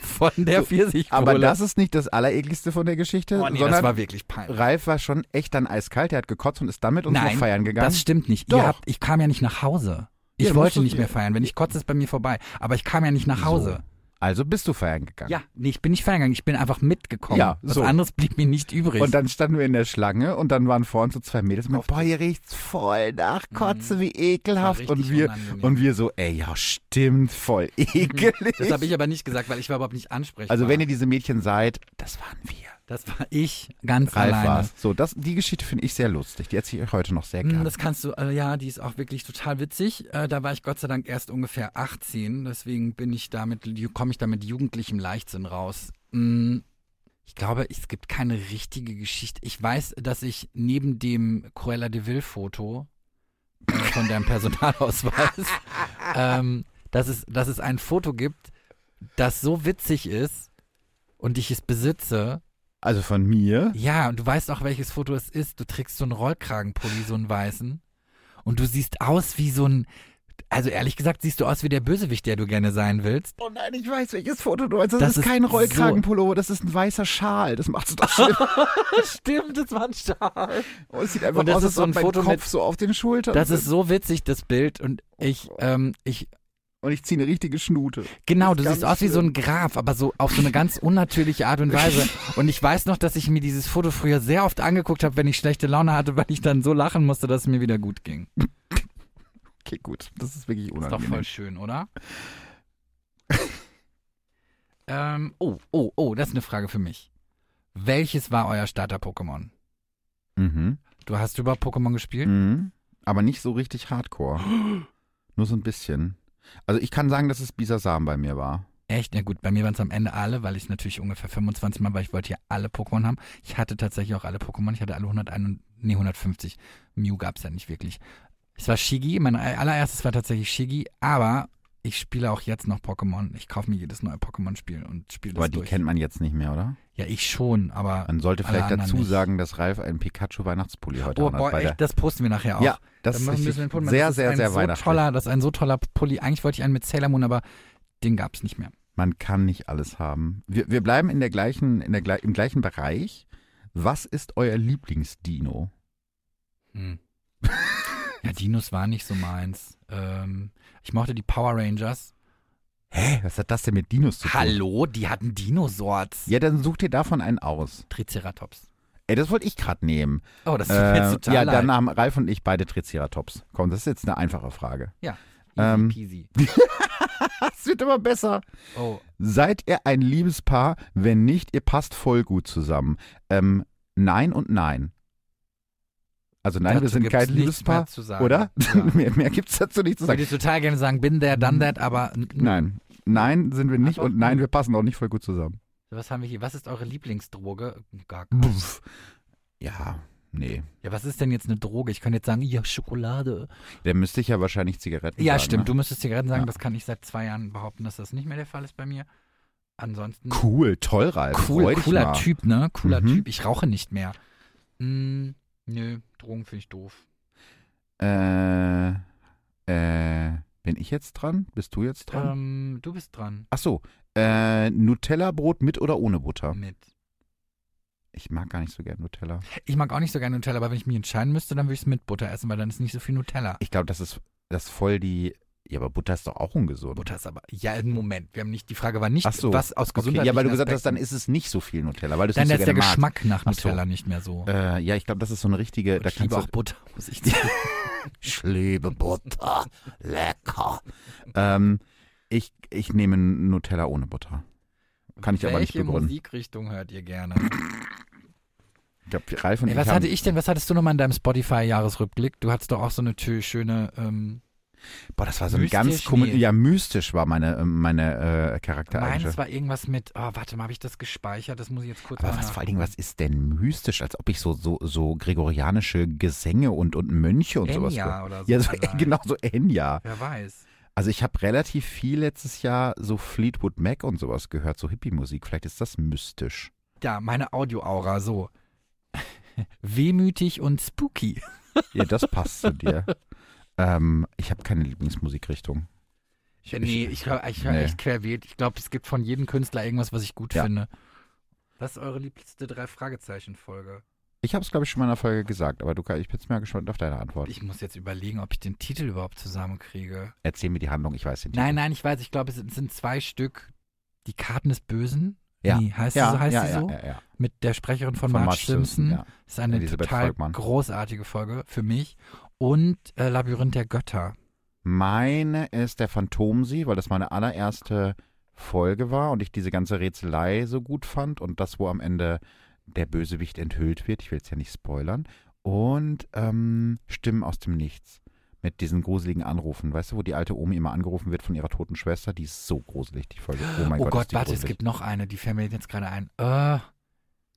Von der Pfirsichkohle.
aber das ist nicht das Allerekligste von der Geschichte,
oh, nee, das
sondern
war wirklich peinlich.
Ralf war schon echt dann eiskalt. Der hat gekotzt und ist damit uns noch
Nein,
feiern gegangen.
Das stimmt nicht.
Doch.
Ihr habt, ich kam ja nicht nach Hause. Ich
Ja, du musst
wollte
doch-
nicht mehr feiern. Wenn ich kotze, ist bei mir vorbei. Aber ich kam ja nicht nach Hause.
also bist du feiern gegangen.
Ja, nee, ich bin nicht feiern gegangen. Ich bin einfach mitgekommen.
Ja,
Was
so.
anderes blieb mir nicht übrig.
Und dann standen wir in der Schlange und dann waren vor uns so zwei Mädels und meinten, boah, hier riecht's voll nach Kotze, wie ekelhaft.
Mhm. richtig
Und wir,
unangenehm.
und wir so, ey, ja, stimmt, voll ekelig.
das habe ich aber nicht gesagt, weil ich war überhaupt nicht ansprechbar.
also wenn ihr diese Mädchen seid, das waren wir.
das war ich ganz
Ralf
alleine.
war's. So, das, die Geschichte finde ich sehr lustig. Die erzähle ich euch heute noch sehr
Mm,
gerne.
Das kannst du, äh, ja, die ist auch wirklich total witzig. Äh, da war ich Gott sei Dank erst ungefähr 18, deswegen bin ich damit, komme ich da mit jugendlichem Leichtsinn raus. Mm, Ich glaube, es gibt keine richtige Geschichte. Ich weiß, dass ich neben dem Cruella de Vil-Foto äh, von deinem Personalausweis, ähm, dass, es, dass es ein Foto gibt, das so witzig ist und ich es besitze.
also von mir.
Ja, und du weißt auch, welches Foto es ist. Du trägst so einen Rollkragenpulli, so einen weißen. Und du siehst aus wie so ein. Also ehrlich gesagt, siehst du aus wie der Bösewicht, der du gerne sein willst.
Oh nein, ich weiß, welches Foto du meinst. Das,
Das
ist,
ist
kein
so-
Rollkragenpullover, das ist ein weißer Schal. Das macht's doch schlimmer.
Stimmt, das war ein Stahl.
Und es sieht einfach
Und das
aus,
ist
als
so
ob
ein
mein
Foto
Kopf
mit-
so auf den Schultern
Das
sitzt.
ist so witzig, das Bild. Und ich, ähm, ich,
Und ich ziehe eine richtige Schnute.
genau, du
Das ist
siehst
ganz
aus wie so ein Graf, aber so auf so eine ganz unnatürliche Art und Weise. Und ich weiß noch, dass ich mir dieses Foto früher sehr oft angeguckt habe, wenn ich schlechte Laune hatte, weil ich dann so lachen musste, dass es mir wieder gut ging.
Okay, gut. Das ist wirklich
Ist doch
unangenehm.
voll schön, oder? ähm, oh, oh, oh, das ist eine Frage für mich. Welches war euer Starter-Pokémon?
mhm.
Du hast über Pokémon gespielt?
Mhm. Aber nicht so richtig hardcore. Nur so ein bisschen. Also ich kann sagen, dass es Bisasam bei mir war.
Echt? Na gut, bei mir waren es am Ende alle, weil ich natürlich ungefähr 25 Mal, weil ich wollte ja alle Pokémon haben. Ich hatte tatsächlich auch alle Pokémon. Ich hatte alle 101, und- nee, 150. Mew gab es ja nicht wirklich. Es war Shigi. Mein allererstes war tatsächlich Shigi, aber ich spiele auch jetzt noch Pokémon. Ich kaufe mir jedes neue Pokémon-Spiel und spiele das
Aber die
durch.
kennt man jetzt nicht mehr, oder?
ja, ich schon, aber
Man sollte
Alle
vielleicht
anderen
dazu
nicht.
sagen, dass Ralf einen Pikachu-Weihnachtspulli heute
Oh,
anhat.
boah,
weil der-
echt, das posten wir nachher auch.
Ja,
Dann
das ist
machen wir
richtig
so einen Pulli. Man,
sehr,
das ist
sehr,
ein
sehr
so
weihnachtlich.
toller, Das ist ein so toller Pulli. Eigentlich wollte ich einen mit Sailor Moon, aber den gab es nicht mehr.
Man kann nicht alles haben. Wir, wir bleiben in der gleichen, in der, gle- im gleichen Bereich. Was ist euer Lieblingsdino?
Hm. ja, Dinos war nicht so meins. Ähm, ich mochte die Power Rangers.
Hä? Was hat das denn mit Dinos zu tun?
Hallo, die hatten Dinosorts.
Ja, dann such dir davon einen aus.
Triceratops.
Ey, das wollte ich gerade nehmen.
Oh, das tut mir jetzt
Äh,
total
ja,
leid.
dann haben Ralf und ich beide Triceratops. Komm, das ist jetzt eine einfache Frage.
ja.
ähm,
Easy peasy.
Das wird immer besser.
Oh,
Seid ihr ein Liebespaar? Wenn nicht, ihr passt voll gut zusammen. Ähm, nein und nein. Also nein,
dazu
wir sind
gibt's
kein
nichts mehr
Liebespaar,
zu sagen.
oder?
Ja.
mehr mehr gibt es dazu nicht zu
Ich würde
sagen.
ich total gerne sagen, bin there, done that, aber n- n-
Nein. Nein sind wir nicht
Einfach
und nein,
nein.
wir passen auch nicht voll gut zusammen.
was haben wir hier? Was ist eure Lieblingsdroge? Gar keine.
Pff. Ja, nee.
Ja, was ist denn jetzt eine Droge? Ich kann jetzt sagen, ja, Schokolade.
Der müsste ich ja wahrscheinlich Zigaretten
Ja,
sagen,
stimmt.
Ne?
Du müsstest Zigaretten sagen.
Ja.
Das kann ich seit zwei Jahren behaupten, dass das nicht mehr der Fall ist bei mir. Ansonsten.
Cool, toll, Ralf.
Cool,
Freu dich
cooler
mal.
Typ, ne? Cooler
Mhm.
Typ. Ich rauche nicht mehr. Mm, nö, Drogen finde ich doof.
Äh, äh, bin ich jetzt dran? Bist du jetzt dran?
Ähm, du bist dran.
Ach so, äh, Nutella-Brot mit oder ohne Butter?
Mit.
Ich mag gar nicht so gern Nutella.
Ich mag auch nicht so gerne Nutella, aber wenn ich mich entscheiden müsste, dann würde ich es mit Butter essen, weil dann ist nicht so viel Nutella.
Ich glaube, das ist das voll die. Ja, aber Butter ist doch auch ungesund.
Butter ist aber. Ja, im Moment. Wir haben nicht. Die Frage war nicht,
Ach so.
was aus
Okay.
Gesundheit.
Ja, weil du gesagt hast, dann ist es nicht so viel Nutella, weil du es
Dann
nicht so
ist der
gerne magst.
Geschmack nach
Ach so.
Nutella nicht mehr so.
Äh, ja, ich glaube, das ist so eine richtige.
Und
da
ich liebe auch
kannst
Butter, muss ich sagen.
du, ich liebe Butter. Lecker. ähm, ich, ich nehme Nutella ohne Butter. Kann ich aber nicht
Welche
begründen.
Musikrichtung hört ihr gerne?
Ich glaube, Ralf und
Ey,
ich
was
haben,
hatte ich denn? Was hattest du nochmal in deinem Spotify-Jahresrückblick? Du hattest doch auch so eine tö- schöne. Ähm,
Boah, das war so ein ganz
Mystisch?
komisch.
Nee.
Ja, mystisch war meine, meine äh, Charaktereigenschaft.
meines war irgendwas mit. Oh, warte mal, habe ich das gespeichert? Das muss ich jetzt kurz
Aber
mal
was
nach-
vor allen Dingen, was ist denn mystisch, als ob ich so, so, so gregorianische Gesänge und, und Mönche und sowas.
Enya Oh
gehört-
oder so.
Ja, so,
kann sein.
genau, so Enya.
Wer weiß.
Also ich habe relativ viel letztes Jahr so Fleetwood Mac und sowas gehört, so Hippie-Musik. Vielleicht ist das mystisch.
Da, meine Audioaura, so. Wehmütig und spooky.
Ja, das passt zu dir. Ähm, ich habe keine Lieblingsmusikrichtung.
Ich, nee, ich, glaub, ich höre
nee.
echt querbeet. Ich glaube, es gibt von jedem Künstler irgendwas, was ich gut
Ja.
finde. Was ist eure liebste Drei-Fragezeichen-Folge?
Ich habe es, glaube ich, schon mal in einer Folge gesagt, aber du, kann- ich bin jetzt mal gespannt auf deine Antwort.
Ich muss jetzt überlegen, ob ich den Titel überhaupt zusammenkriege.
Erzähl mir die Handlung, ich weiß den
Nein, nein, ich weiß, ich glaube, es sind- es sind zwei Stück. Die Karten des Bösen.
Ja.
Nee, heißt
Titel. Ja,
sie so? Heißt
ja,
sie
ja,
so?
ja, ja.
Mit der Sprecherin von,
Von
Marge,
Marge
Simpson.
Simpson, ja.
Ist eine
Elisabeth
total
Volkmann.
großartige Folge für mich. Und äh, Labyrinth der Götter.
Meine ist der Phantomsee, weil das meine allererste Folge war und ich diese ganze Rätselei so gut fand und das, wo am Ende der Bösewicht enthüllt wird. Ich will jetzt ja nicht spoilern. Und ähm, Stimmen aus dem Nichts mit diesen gruseligen Anrufen. Weißt du, wo die alte Omi immer angerufen wird von ihrer toten Schwester? Die ist so gruselig, die Folge. Oh mein
oh
Gott,
Gott,
ist die
warte,
gruselig.
es gibt noch eine, die fällt mir jetzt gerade ein. Äh,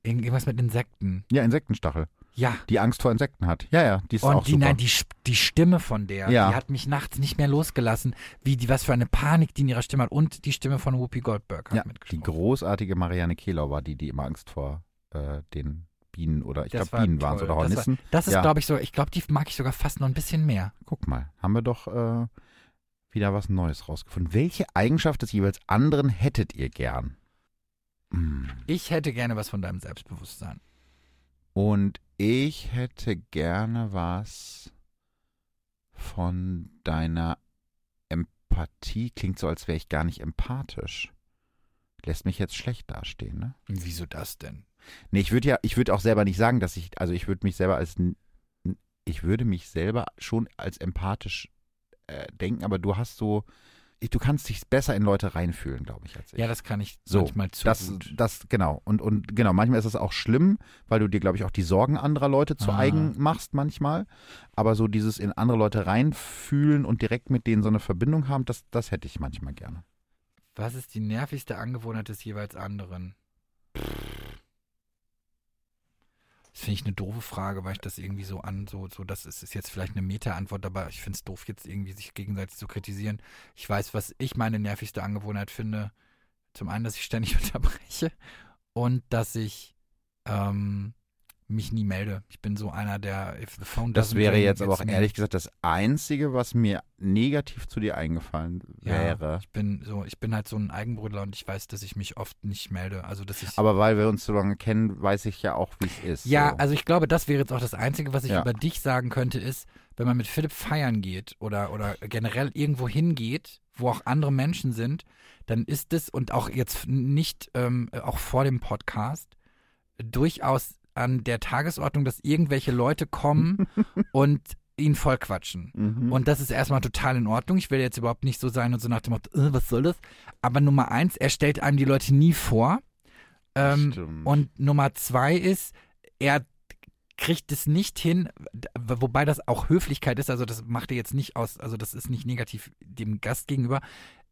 irgend- irgendwas mit Insekten.
Ja, Insektenstachel.
Ja.
Die Angst vor Insekten hat. Ja, ja, die ist auch
Und die,
super.
nein, die, Sch- die Stimme von der,
Ja.
die hat mich nachts nicht mehr losgelassen, wie die, was für eine Panik die in ihrer Stimme hat. Und die Stimme von Whoopi Goldberg hat
ja, die
mitgesprochen.
großartige Marianne Kehlau war die, die immer Angst vor äh, den Bienen oder ich
Das
glaube
war
Bienen waren es
toll.
oder
Das war-
Hornissen.
Das ist,
Ja.
glaube ich, so, ich glaube, die mag ich sogar fast noch ein bisschen mehr.
Guck mal, haben wir doch äh, wieder was Neues rausgefunden. Welche Eigenschaft des jeweils anderen hättet ihr gern? Hm.
Ich hätte gerne was von deinem Selbstbewusstsein.
Und ich hätte gerne was von deiner Empathie. Klingt so, als wäre ich gar nicht empathisch. Lässt mich jetzt schlecht dastehen, ne?
Wieso das denn?
Nee, ich würde ja, ich würde auch selber nicht sagen, dass ich, also ich würde mich selber als, n- n- ich würde mich selber schon als empathisch äh, denken, aber du hast so, ich- du kannst dich besser in Leute reinfühlen, glaube ich, als ich.
Ja, das kann ich
So,
manchmal zu
das,
gut.
das, genau. Und, und genau, manchmal ist es auch schlimm, weil du dir, glaube ich, auch die Sorgen anderer Leute zu
Ah.
eigen machst manchmal. Aber so dieses in andere Leute reinfühlen und direkt mit denen so eine Verbindung haben, das, das hätte ich manchmal gerne.
Was ist die nervigste Angewohnheit des jeweils anderen? Das finde ich eine doofe Frage, weil ich das irgendwie so an, so, so, das ist, ist jetzt vielleicht eine Meta-Antwort, aber ich finde es doof, jetzt irgendwie sich gegenseitig zu kritisieren. Ich weiß, was ich meine nervigste Angewohnheit finde. Zum einen, dass ich ständig unterbreche und dass ich ähm, mich nie melde. Ich bin so einer, der if the phone
Das
doesn't
wäre
ring,
jetzt aber
it's
auch
me.
ehrlich gesagt das Einzige, was mir negativ zu dir eingefallen
Ja.
wäre.
Ich bin so, ich bin halt so ein Eigenbrötler und ich weiß, dass ich mich oft nicht melde. Also dass ich
Aber weil wir uns so lange kennen, weiß ich ja auch, wie es ist.
Ja,
so.
also ich glaube, das wäre jetzt auch das Einzige, was ich
Ja.
über dich sagen könnte, ist, wenn man mit Philipp feiern geht oder, oder generell irgendwo hingeht, wo auch andere Menschen sind, dann ist es, und auch jetzt nicht, ähm, auch vor dem Podcast, durchaus an der Tagesordnung, dass irgendwelche Leute kommen und ihn voll quatschen.
Mhm.
Und das ist erstmal total in Ordnung. Ich will jetzt überhaupt nicht so sein und so nach dem Motto, äh, was soll das? Aber Nummer eins, er stellt einem die Leute nie vor. Ähm,
Stimmt.
und Nummer zwei ist, er kriegt es nicht hin, d- wobei das auch Höflichkeit ist, also das macht er jetzt nicht aus, also das ist nicht negativ dem Gast gegenüber.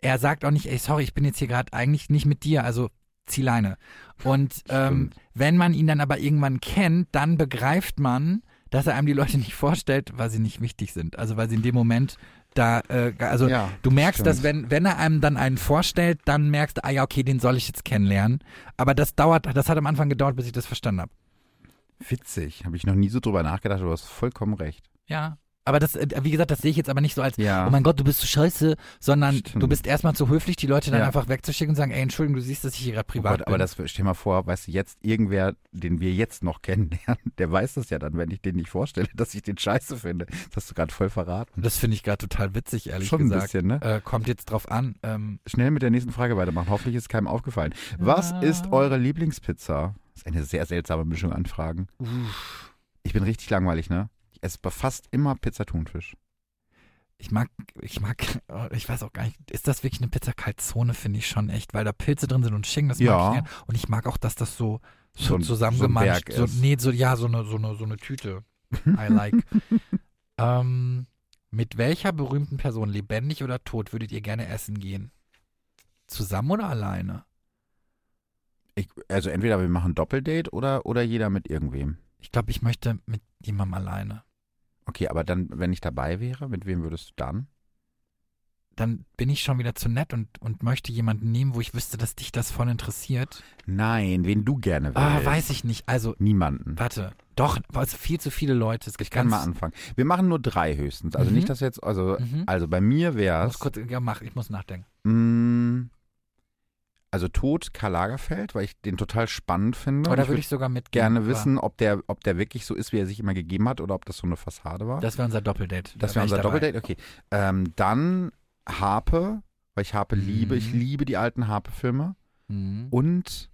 Er sagt auch nicht, ey, sorry, ich bin jetzt hier gerade eigentlich nicht mit dir, also zieh Leine. Und ähm,
Stimmt.
wenn man ihn dann aber irgendwann kennt, dann begreift man, dass er einem die Leute nicht vorstellt, weil sie nicht wichtig sind. Also weil sie in dem Moment da, äh, also
ja,
Du merkst,
stimmt.
dass wenn, wenn er einem dann einen vorstellt, dann merkst du, ah ja, okay, den soll ich jetzt kennenlernen. Aber das dauert, das hat am Anfang gedauert, bis ich das verstanden habe.
Witzig, habe ich noch nie so drüber nachgedacht, aber du hast vollkommen recht.
Ja. Aber das, äh, wie gesagt, das sehe ich jetzt aber nicht so als,
Ja.
oh mein Gott, du bist so scheiße, sondern
Stimmt.
du bist erstmal zu höflich, die Leute dann
Ja.
einfach wegzuschicken und sagen, ey, Entschuldigung, du siehst, dass ich hier gerade
Oh
privat
Gott, aber
bin.
das stell mal vor, weißt du, jetzt irgendwer, den wir jetzt noch kennenlernen, der weiß das ja dann, wenn ich den nicht vorstelle, dass ich den scheiße finde. Das hast du gerade voll verraten.
das finde ich gerade total witzig, ehrlich
Schon ein
gesagt.
bisschen, ne?
Äh, kommt jetzt drauf an. Ähm,
Schnell mit der nächsten Frage weitermachen. Hoffentlich ist keinem aufgefallen. Was
Ja.
ist eure Lieblingspizza? Das ist eine sehr seltsame Mischung an Fragen. Ich bin richtig langweilig, ne? Es befasst immer Pizza Thunfisch.
Ich mag, ich mag, oh, ich weiß auch gar nicht, ist das wirklich eine Pizza Calzone, finde ich schon echt, weil da Pilze drin sind und Schinken, das
Ja.
mag ich gern. Und ich mag auch, dass das so, so,
So ein-
zusammengemanscht,
so ein
so,
Berg ist.
nee, so, ja, so eine, so eine, so eine Tüte. I like. ähm, mit welcher berühmten Person, lebendig oder tot, würdet ihr gerne essen gehen? Zusammen oder alleine?
Ich, also entweder wir machen Doppeldate oder, oder jeder mit irgendwem.
Ich glaube, ich möchte mit jemandem alleine.
Okay, aber dann, wenn ich dabei wäre, mit wem würdest du dann?
Dann bin ich schon wieder zu nett und, und möchte jemanden nehmen, wo ich wüsste, dass dich das voll interessiert.
Äh, Nein, wen du gerne
Ah,
willst.
weiß ich nicht. Also,
Niemanden.
Warte, doch, aber es sind viel zu viele Leute. Es gibt
Ich kann mal
ganz,
anfangen. Wir machen nur drei höchstens. Also
Mhm.
nicht, dass jetzt, also,
Mhm.
also bei mir
Ich
wäre
muss kurz, ja, mach, ich muss nachdenken.
Mm, Also tot Karl Lagerfeld, weil ich den total spannend finde. Und
Oder
würd
würde Oh, ich sogar mit
gerne wissen, ob der, ob der wirklich so ist, wie er sich immer gegeben hat oder ob das so eine Fassade war.
Das wäre unser Doppeldate.
das
Da
wäre
ich
unser
dabei.
Doppeldate. Okay. Ähm, dann Harpe, weil ich Harpe
Mhm.
liebe. Ich liebe die alten Harpe-Filme.
Mhm.
Und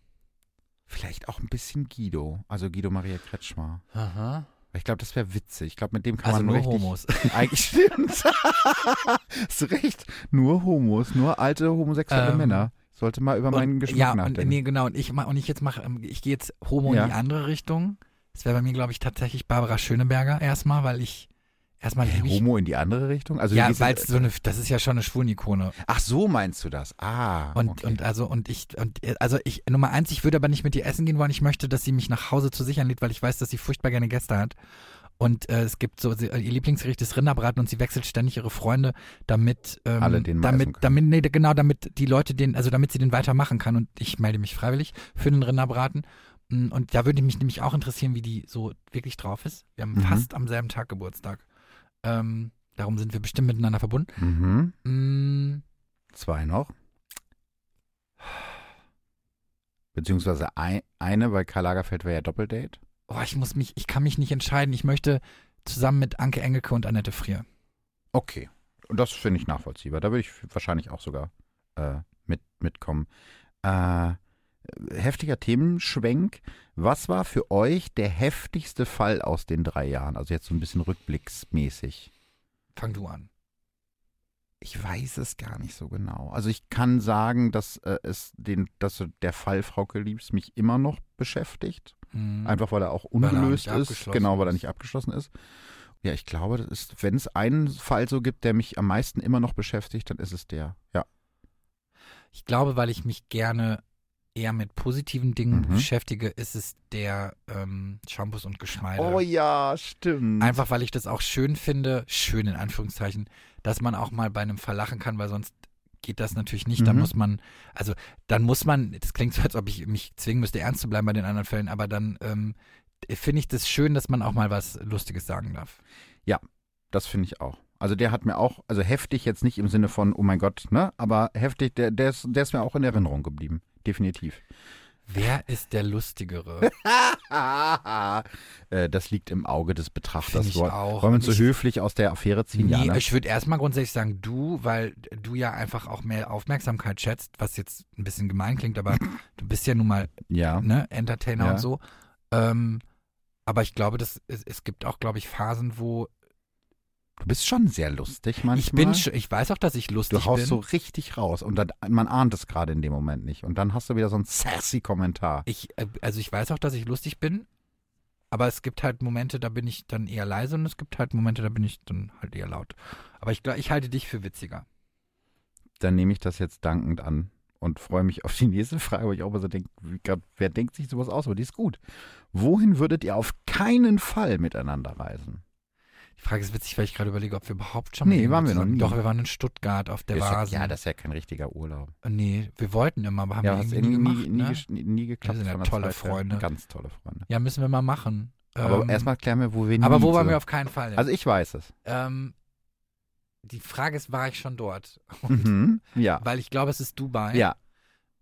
vielleicht auch ein bisschen Guido. Also Guido Maria Kretschmer.
Aha.
Weil Ich glaube, das wäre witzig. Ich glaube, mit dem Oh, kann
Also
man
nur
richtig.
Homos.
Eigentlich stimmt. Hast recht. Nur Homos, nur alte homosexuelle
Ähm,
Männer. Ich sollte mal über meinen
Und-
Geschmack
ja, und,
nachdenken.
nee, genau. Und ich, mach- und ich jetzt mache, ähm, ich gehe jetzt Homo
Ja.
in die andere Richtung. Das wäre bei mir, glaube ich, tatsächlich Barbara Schöneberger erstmal, weil ich erstmal lieb ich,
Homo in die andere Richtung? Also
ja,
wie-
weil so eine, das ist ja schon eine Schwulen-Ikone.
Ach, so meinst du das. Ah.
Und,
okay.
und also und ich und äh, also ich Nummer eins, ich würde aber nicht mit ihr essen gehen wollen. Ich möchte, dass sie mich nach Hause zu sich einlädt, weil ich weiß, dass sie furchtbar gerne Gäste hat. Und äh, es gibt so sie, ihr Lieblingsgericht ist Rinderbraten und sie wechselt ständig ihre Freunde, damit ähm,
Alle den mal essen
damit
können.
damit nee, genau damit die Leute den also damit sie den weitermachen kann und ich melde mich freiwillig für den Rinderbraten. Mm, Und da würde mich nämlich auch interessieren, wie die so wirklich drauf ist. Wir haben
Mhm.
fast am selben Tag Geburtstag. Ähm, darum sind wir bestimmt miteinander verbunden.
mhm.
Mm,
Zwei noch. Beziehungsweise ein, eine, weil Karl Lagerfeld wäre ja Doppeldate.
Oh, ich muss mich, ich kann mich nicht entscheiden. Ich möchte zusammen mit Anke Engelke und Annette Frier.
Okay. Und das finde ich nachvollziehbar. Da würde ich wahrscheinlich auch sogar äh, mit, mitkommen. Äh, heftiger Themenschwenk. Was war für euch der heftigste Fall aus den drei Jahren? Also jetzt so ein bisschen rückblicksmäßig.
Fang du an.
Ich weiß es gar nicht so genau. Also ich kann sagen, dass äh, es den, dass so der Fall Frauke Liebs mich immer noch beschäftigt.
Mhm.
Einfach weil er auch
er
ungelöst
nicht abgeschlossen
ist. Genau, weil er
ist.
nicht abgeschlossen ist. Ja, ich glaube, das ist, wenn es einen Fall so gibt, der mich am meisten immer noch beschäftigt, dann ist es der. Ja.
Ich glaube, weil ich mich gerne eher mit positiven Dingen
Mhm.
beschäftige, ist es der ähm, Shampoos und Geschmeide.
Oh ja, stimmt.
Einfach weil ich das auch schön finde, schön in Anführungszeichen, dass man auch mal bei einem verlachen kann, weil sonst geht das natürlich nicht. Dann
Mhm.
muss man, also dann muss man, das klingt so, als ob ich mich zwingen müsste, ernst zu bleiben bei den anderen Fällen, aber dann ähm, finde ich das schön, dass man auch mal was Lustiges sagen darf.
Das finde ich auch. Also der hat mir auch, also heftig jetzt nicht im Sinne von, oh mein Gott, ne? Aber heftig, der, der, ist, der ist mir auch in Erinnerung geblieben. Definitiv.
Wer ist der Lustigere?
äh, das liegt im Auge des
Finde
Betrachters.
ich
Wollen
auch.
wollen wir uns so
Ich-
höflich aus der Affäre ziehen? ja,
Nee,
ne?
Ich würde erstmal grundsätzlich sagen, du, weil du ja einfach auch mehr Aufmerksamkeit schätzt, was jetzt ein bisschen gemein klingt, aber du bist ja nun mal
ja.
ne, Entertainer
Ja.
und so. Ähm, Aber ich glaube, das, es, es gibt auch, glaube ich, Phasen, wo
Du bist schon sehr lustig manchmal.
ich bin, sch- ich weiß auch, dass ich lustig
Du haust
bin.
so richtig raus und dann, man ahnt es gerade in dem Moment nicht. Und dann hast du wieder so einen sassy Kommentar.
Ich, äh, also ich weiß auch, dass ich lustig bin, aber es gibt halt Momente, da bin ich dann eher leise und es gibt halt Momente, da bin ich dann halt eher laut. Aber ich glaube, ich halte dich für witziger.
Dann nehme ich das jetzt dankend an und freue mich auf die nächste Frage, wo ich auch mal so denke, wie grad- wer denkt sich sowas aus? Aber die ist gut. Wohin würdet ihr auf keinen Fall miteinander reisen?
Die Frage ist witzig, weil ich gerade überlege, ob wir überhaupt schon mal
Nee,
irgendwo
waren wir noch
zusammen-
nie.
Doch, wir waren in Stuttgart auf der
Ist
Vasen. Äh,
Ja, ja, das ist ja kein richtiger Urlaub.
nee, wir wollten immer, aber haben
ja,
wir
hast
irgendwie nie
nie,
gemacht,
nie,
ne?
gesch- nie, nie geklappt.
Wir sind ja
von der
tolle
Zeit her.
Freunde.
Ganz tolle Freunde.
Ja, müssen wir mal machen.
Aber
Ähm,
erstmal klären wir, wo wir nie
Aber wo waren wir
zusammen-
auf keinen Fall?
Also ich weiß es.
ähm, die Frage ist, war ich schon dort?
Mhm. Ja.
Weil ich glaube, es ist Dubai.
Ja,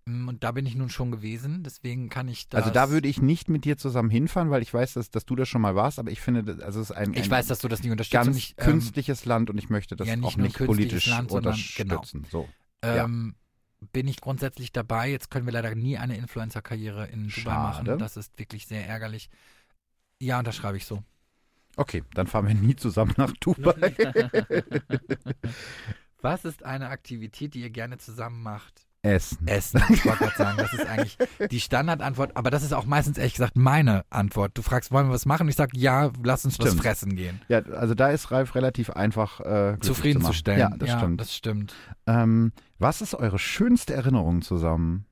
Mm, Und da bin ich nun schon gewesen, deswegen kann ich das.
Also da würde ich nicht mit dir zusammen hinfahren, weil ich weiß, dass, dass du da schon mal warst, aber ich finde, das- also es ist ein,
Ich
ein
weiß, dass du das nicht unterstützt.
ganz
und ich, ähm,
künstliches Land und ich möchte das
ja, nicht
auch
nur
nicht
künstliches
politisch
Land, sondern- genau.
unterstützen. So. ja.
ähm, bin ich grundsätzlich dabei. Jetzt können wir leider nie eine Influencer-Karriere in Dubai
Schade.
machen. Das ist wirklich sehr ärgerlich. Ja, und das schreibe ich so.
Okay, dann fahren wir nie zusammen nach Dubai.
Was ist eine Aktivität, die ihr gerne zusammen macht?
Essen.
Essen. Ich wollte gerade sagen, das ist eigentlich die Standardantwort, aber das ist auch meistens ehrlich gesagt meine Antwort. Du fragst, wollen wir was machen? Ich sage, ja, lass uns was
Stimmt.
fressen gehen.
Ja, also da ist Ralf relativ einfach äh, glücklich
Zufriedenzustellen.
Zu machen. ja, das stimmt.
Das stimmt.
ähm, was ist eure schönste Erinnerung zusammen?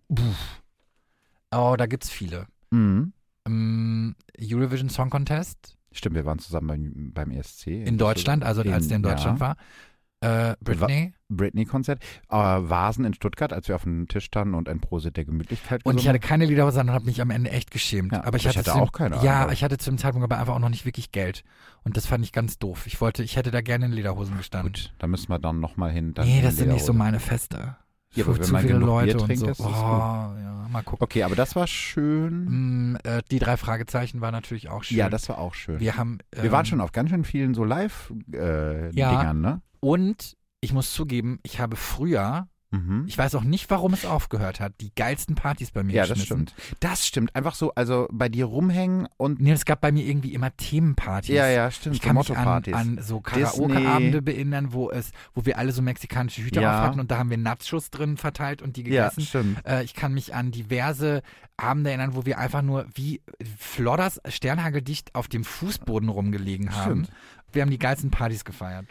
Oh, da gibt's viele.
Mhm.
Ähm, Eurovision Song Contest
Stimmt, wir waren zusammen beim, E beim ESC.
in Deutschland, also als der in Deutschland war. Äh, Britney.
Britney-Konzert. Äh, Vasen in Stuttgart, als wir auf dem Tisch standen und ein Prosit der Gemütlichkeit
Und ich
gesungen
hatte keine Liederhose und habe mich am Ende echt geschämt.
Ja,
aber ich
ich
hatte,
hatte
zu dem-
auch keine
Ja,
Ahnung.
ich hatte zu dem Zeitpunkt aber einfach auch noch nicht wirklich Geld. Und das fand ich ganz doof. Ich wollte, ich hätte da gerne in Lederhosen gestanden.
Gut, da müssen wir dann nochmal hin. Dann
nee,
in
das sind nicht so
Lederhose.
meine Feste.
Ja, aber
Zu
wenn man
viele
genug Bier
Leute und
trinkt,
so.
ist das
oh,
gut.
ja, mal gucken.
Okay, aber das war schön.
Mm, äh, die drei Fragezeichen war natürlich auch schön.
Ja, das war auch schön. Wir,
wir haben. ähm,
waren schon auf ganz schön vielen so Live-Dingern,
Ja.
ne?
Und ich muss zugeben, ich habe früher,
Mhm.
ich weiß auch nicht, warum es aufgehört hat, die geilsten Partys bei mir
Ja, das
geschmissen.
stimmt. Das stimmt. Einfach so, also bei dir rumhängen und.
Nee, es gab bei mir irgendwie immer Themenpartys.
Ja, ja, stimmt.
Ich
so
kann mich an,
Motto-Partys.
an so
Disney.
Karaoke-Abende berinnern, wo es, wo wir alle so mexikanische Hüte
Ja.
auf hatten und da haben wir Nachos drin verteilt und die
Ja,
gegessen.
stimmt.
Äh, ich kann mich an diverse Abende erinnern, wo wir einfach nur wie Flodders sternhageldicht auf dem Fußboden rumgelegen haben.
Stimmt.
Wir haben die geilsten Partys gefeiert.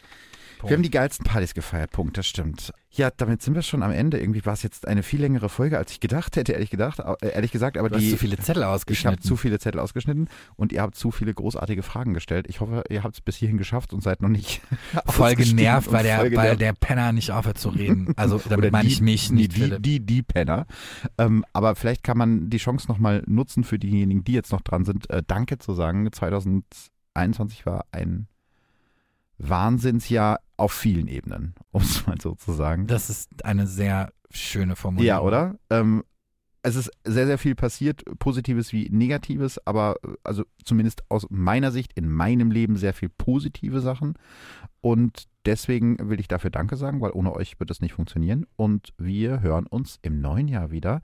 Wir haben die geilsten Partys gefeiert, Punkt, das stimmt. Ja, damit sind wir schon am Ende. Irgendwie war es jetzt eine viel längere Folge, als ich gedacht hätte, ehrlich gedacht, äh, ehrlich gesagt, aber
du hast
die.
so viele Zettel
Ich habe
ausgeschnitten.
zu viele Zettel ausgeschnitten und ihr habt zu viele großartige Fragen gestellt. Ich hoffe, ihr habt es bis hierhin geschafft und seid noch nicht
voll
ausgestiegen
genervt,
und
weil der,
voll
weil
genervt.
der Penner nicht aufhört zu reden. Also
Oder
damit meine ich
die-
mich nicht.
Die, die,
Philipp.
die, die Penner. Ähm, aber vielleicht kann man die Chance nochmal nutzen für diejenigen, die jetzt noch dran sind, äh, Danke zu sagen. 2021 war ein Wahnsinnsjahr auf vielen Ebenen, um es mal so zu sagen.
Das ist eine sehr schöne Formulierung.
Ja, oder? Ähm, es ist sehr, sehr viel passiert, Positives wie Negatives, aber äh, also zumindest aus meiner Sicht in meinem Leben sehr viel positive Sachen. Und deswegen will ich dafür Danke sagen, weil ohne euch wird es nicht funktionieren. Und wir hören uns im neuen Jahr wieder.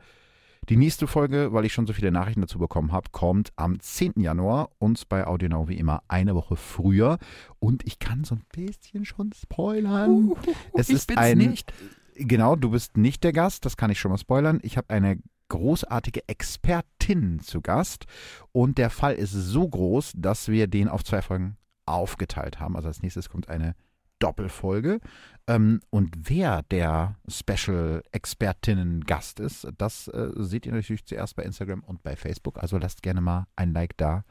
Die nächste Folge, weil ich schon so viele Nachrichten dazu bekommen habe, kommt am 10. Januar und bei Audionow wie immer eine Woche früher. Und ich kann so ein bisschen schon spoilern. es
ich
ist
bin's
ein-
nicht.
Genau, du bist nicht der Gast, das kann ich schon mal spoilern. Ich habe eine großartige Expertin zu Gast und der Fall ist so groß, dass wir den auf zwei Folgen aufgeteilt haben. Also als nächstes kommt eine Doppelfolge. Ähm, und wer der Special-Expertinnen-Gast ist, das äh, seht ihr natürlich zuerst bei Instagram und bei Facebook. Also lasst gerne mal ein Like da.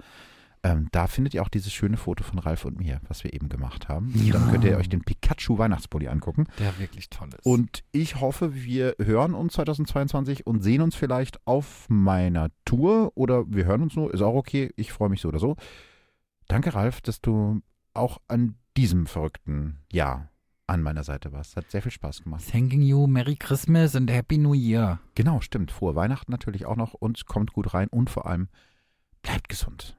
Ähm, da findet ihr auch dieses schöne Foto von Ralf und mir, was wir eben gemacht haben.
Ja.
Dann könnt ihr euch den Pikachu-Weihnachtspulli angucken.
Der wirklich toll ist.
Und ich hoffe, wir hören uns 2022 und sehen uns vielleicht auf meiner Tour oder wir hören uns nur, ist auch okay, ich freue mich so oder so. Danke, Ralf, dass du auch an diesem verrückten Jahr an meiner Seite warst. Hat sehr viel Spaß gemacht.
Thanking you, Merry Christmas and Happy New Year.
Genau, stimmt. Frohe Weihnachten natürlich auch noch und kommt gut rein und vor allem bleibt gesund.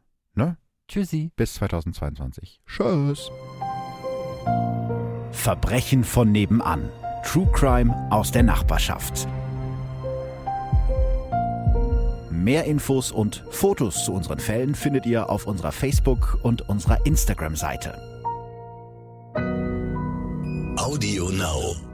Tschüssi.
Bis 2022. Tschüss.
Verbrechen von nebenan. True Crime aus der Nachbarschaft.
Mehr Infos und Fotos zu unseren Fällen findet ihr auf unserer Facebook- und unserer Instagram-Seite.
Audio Now.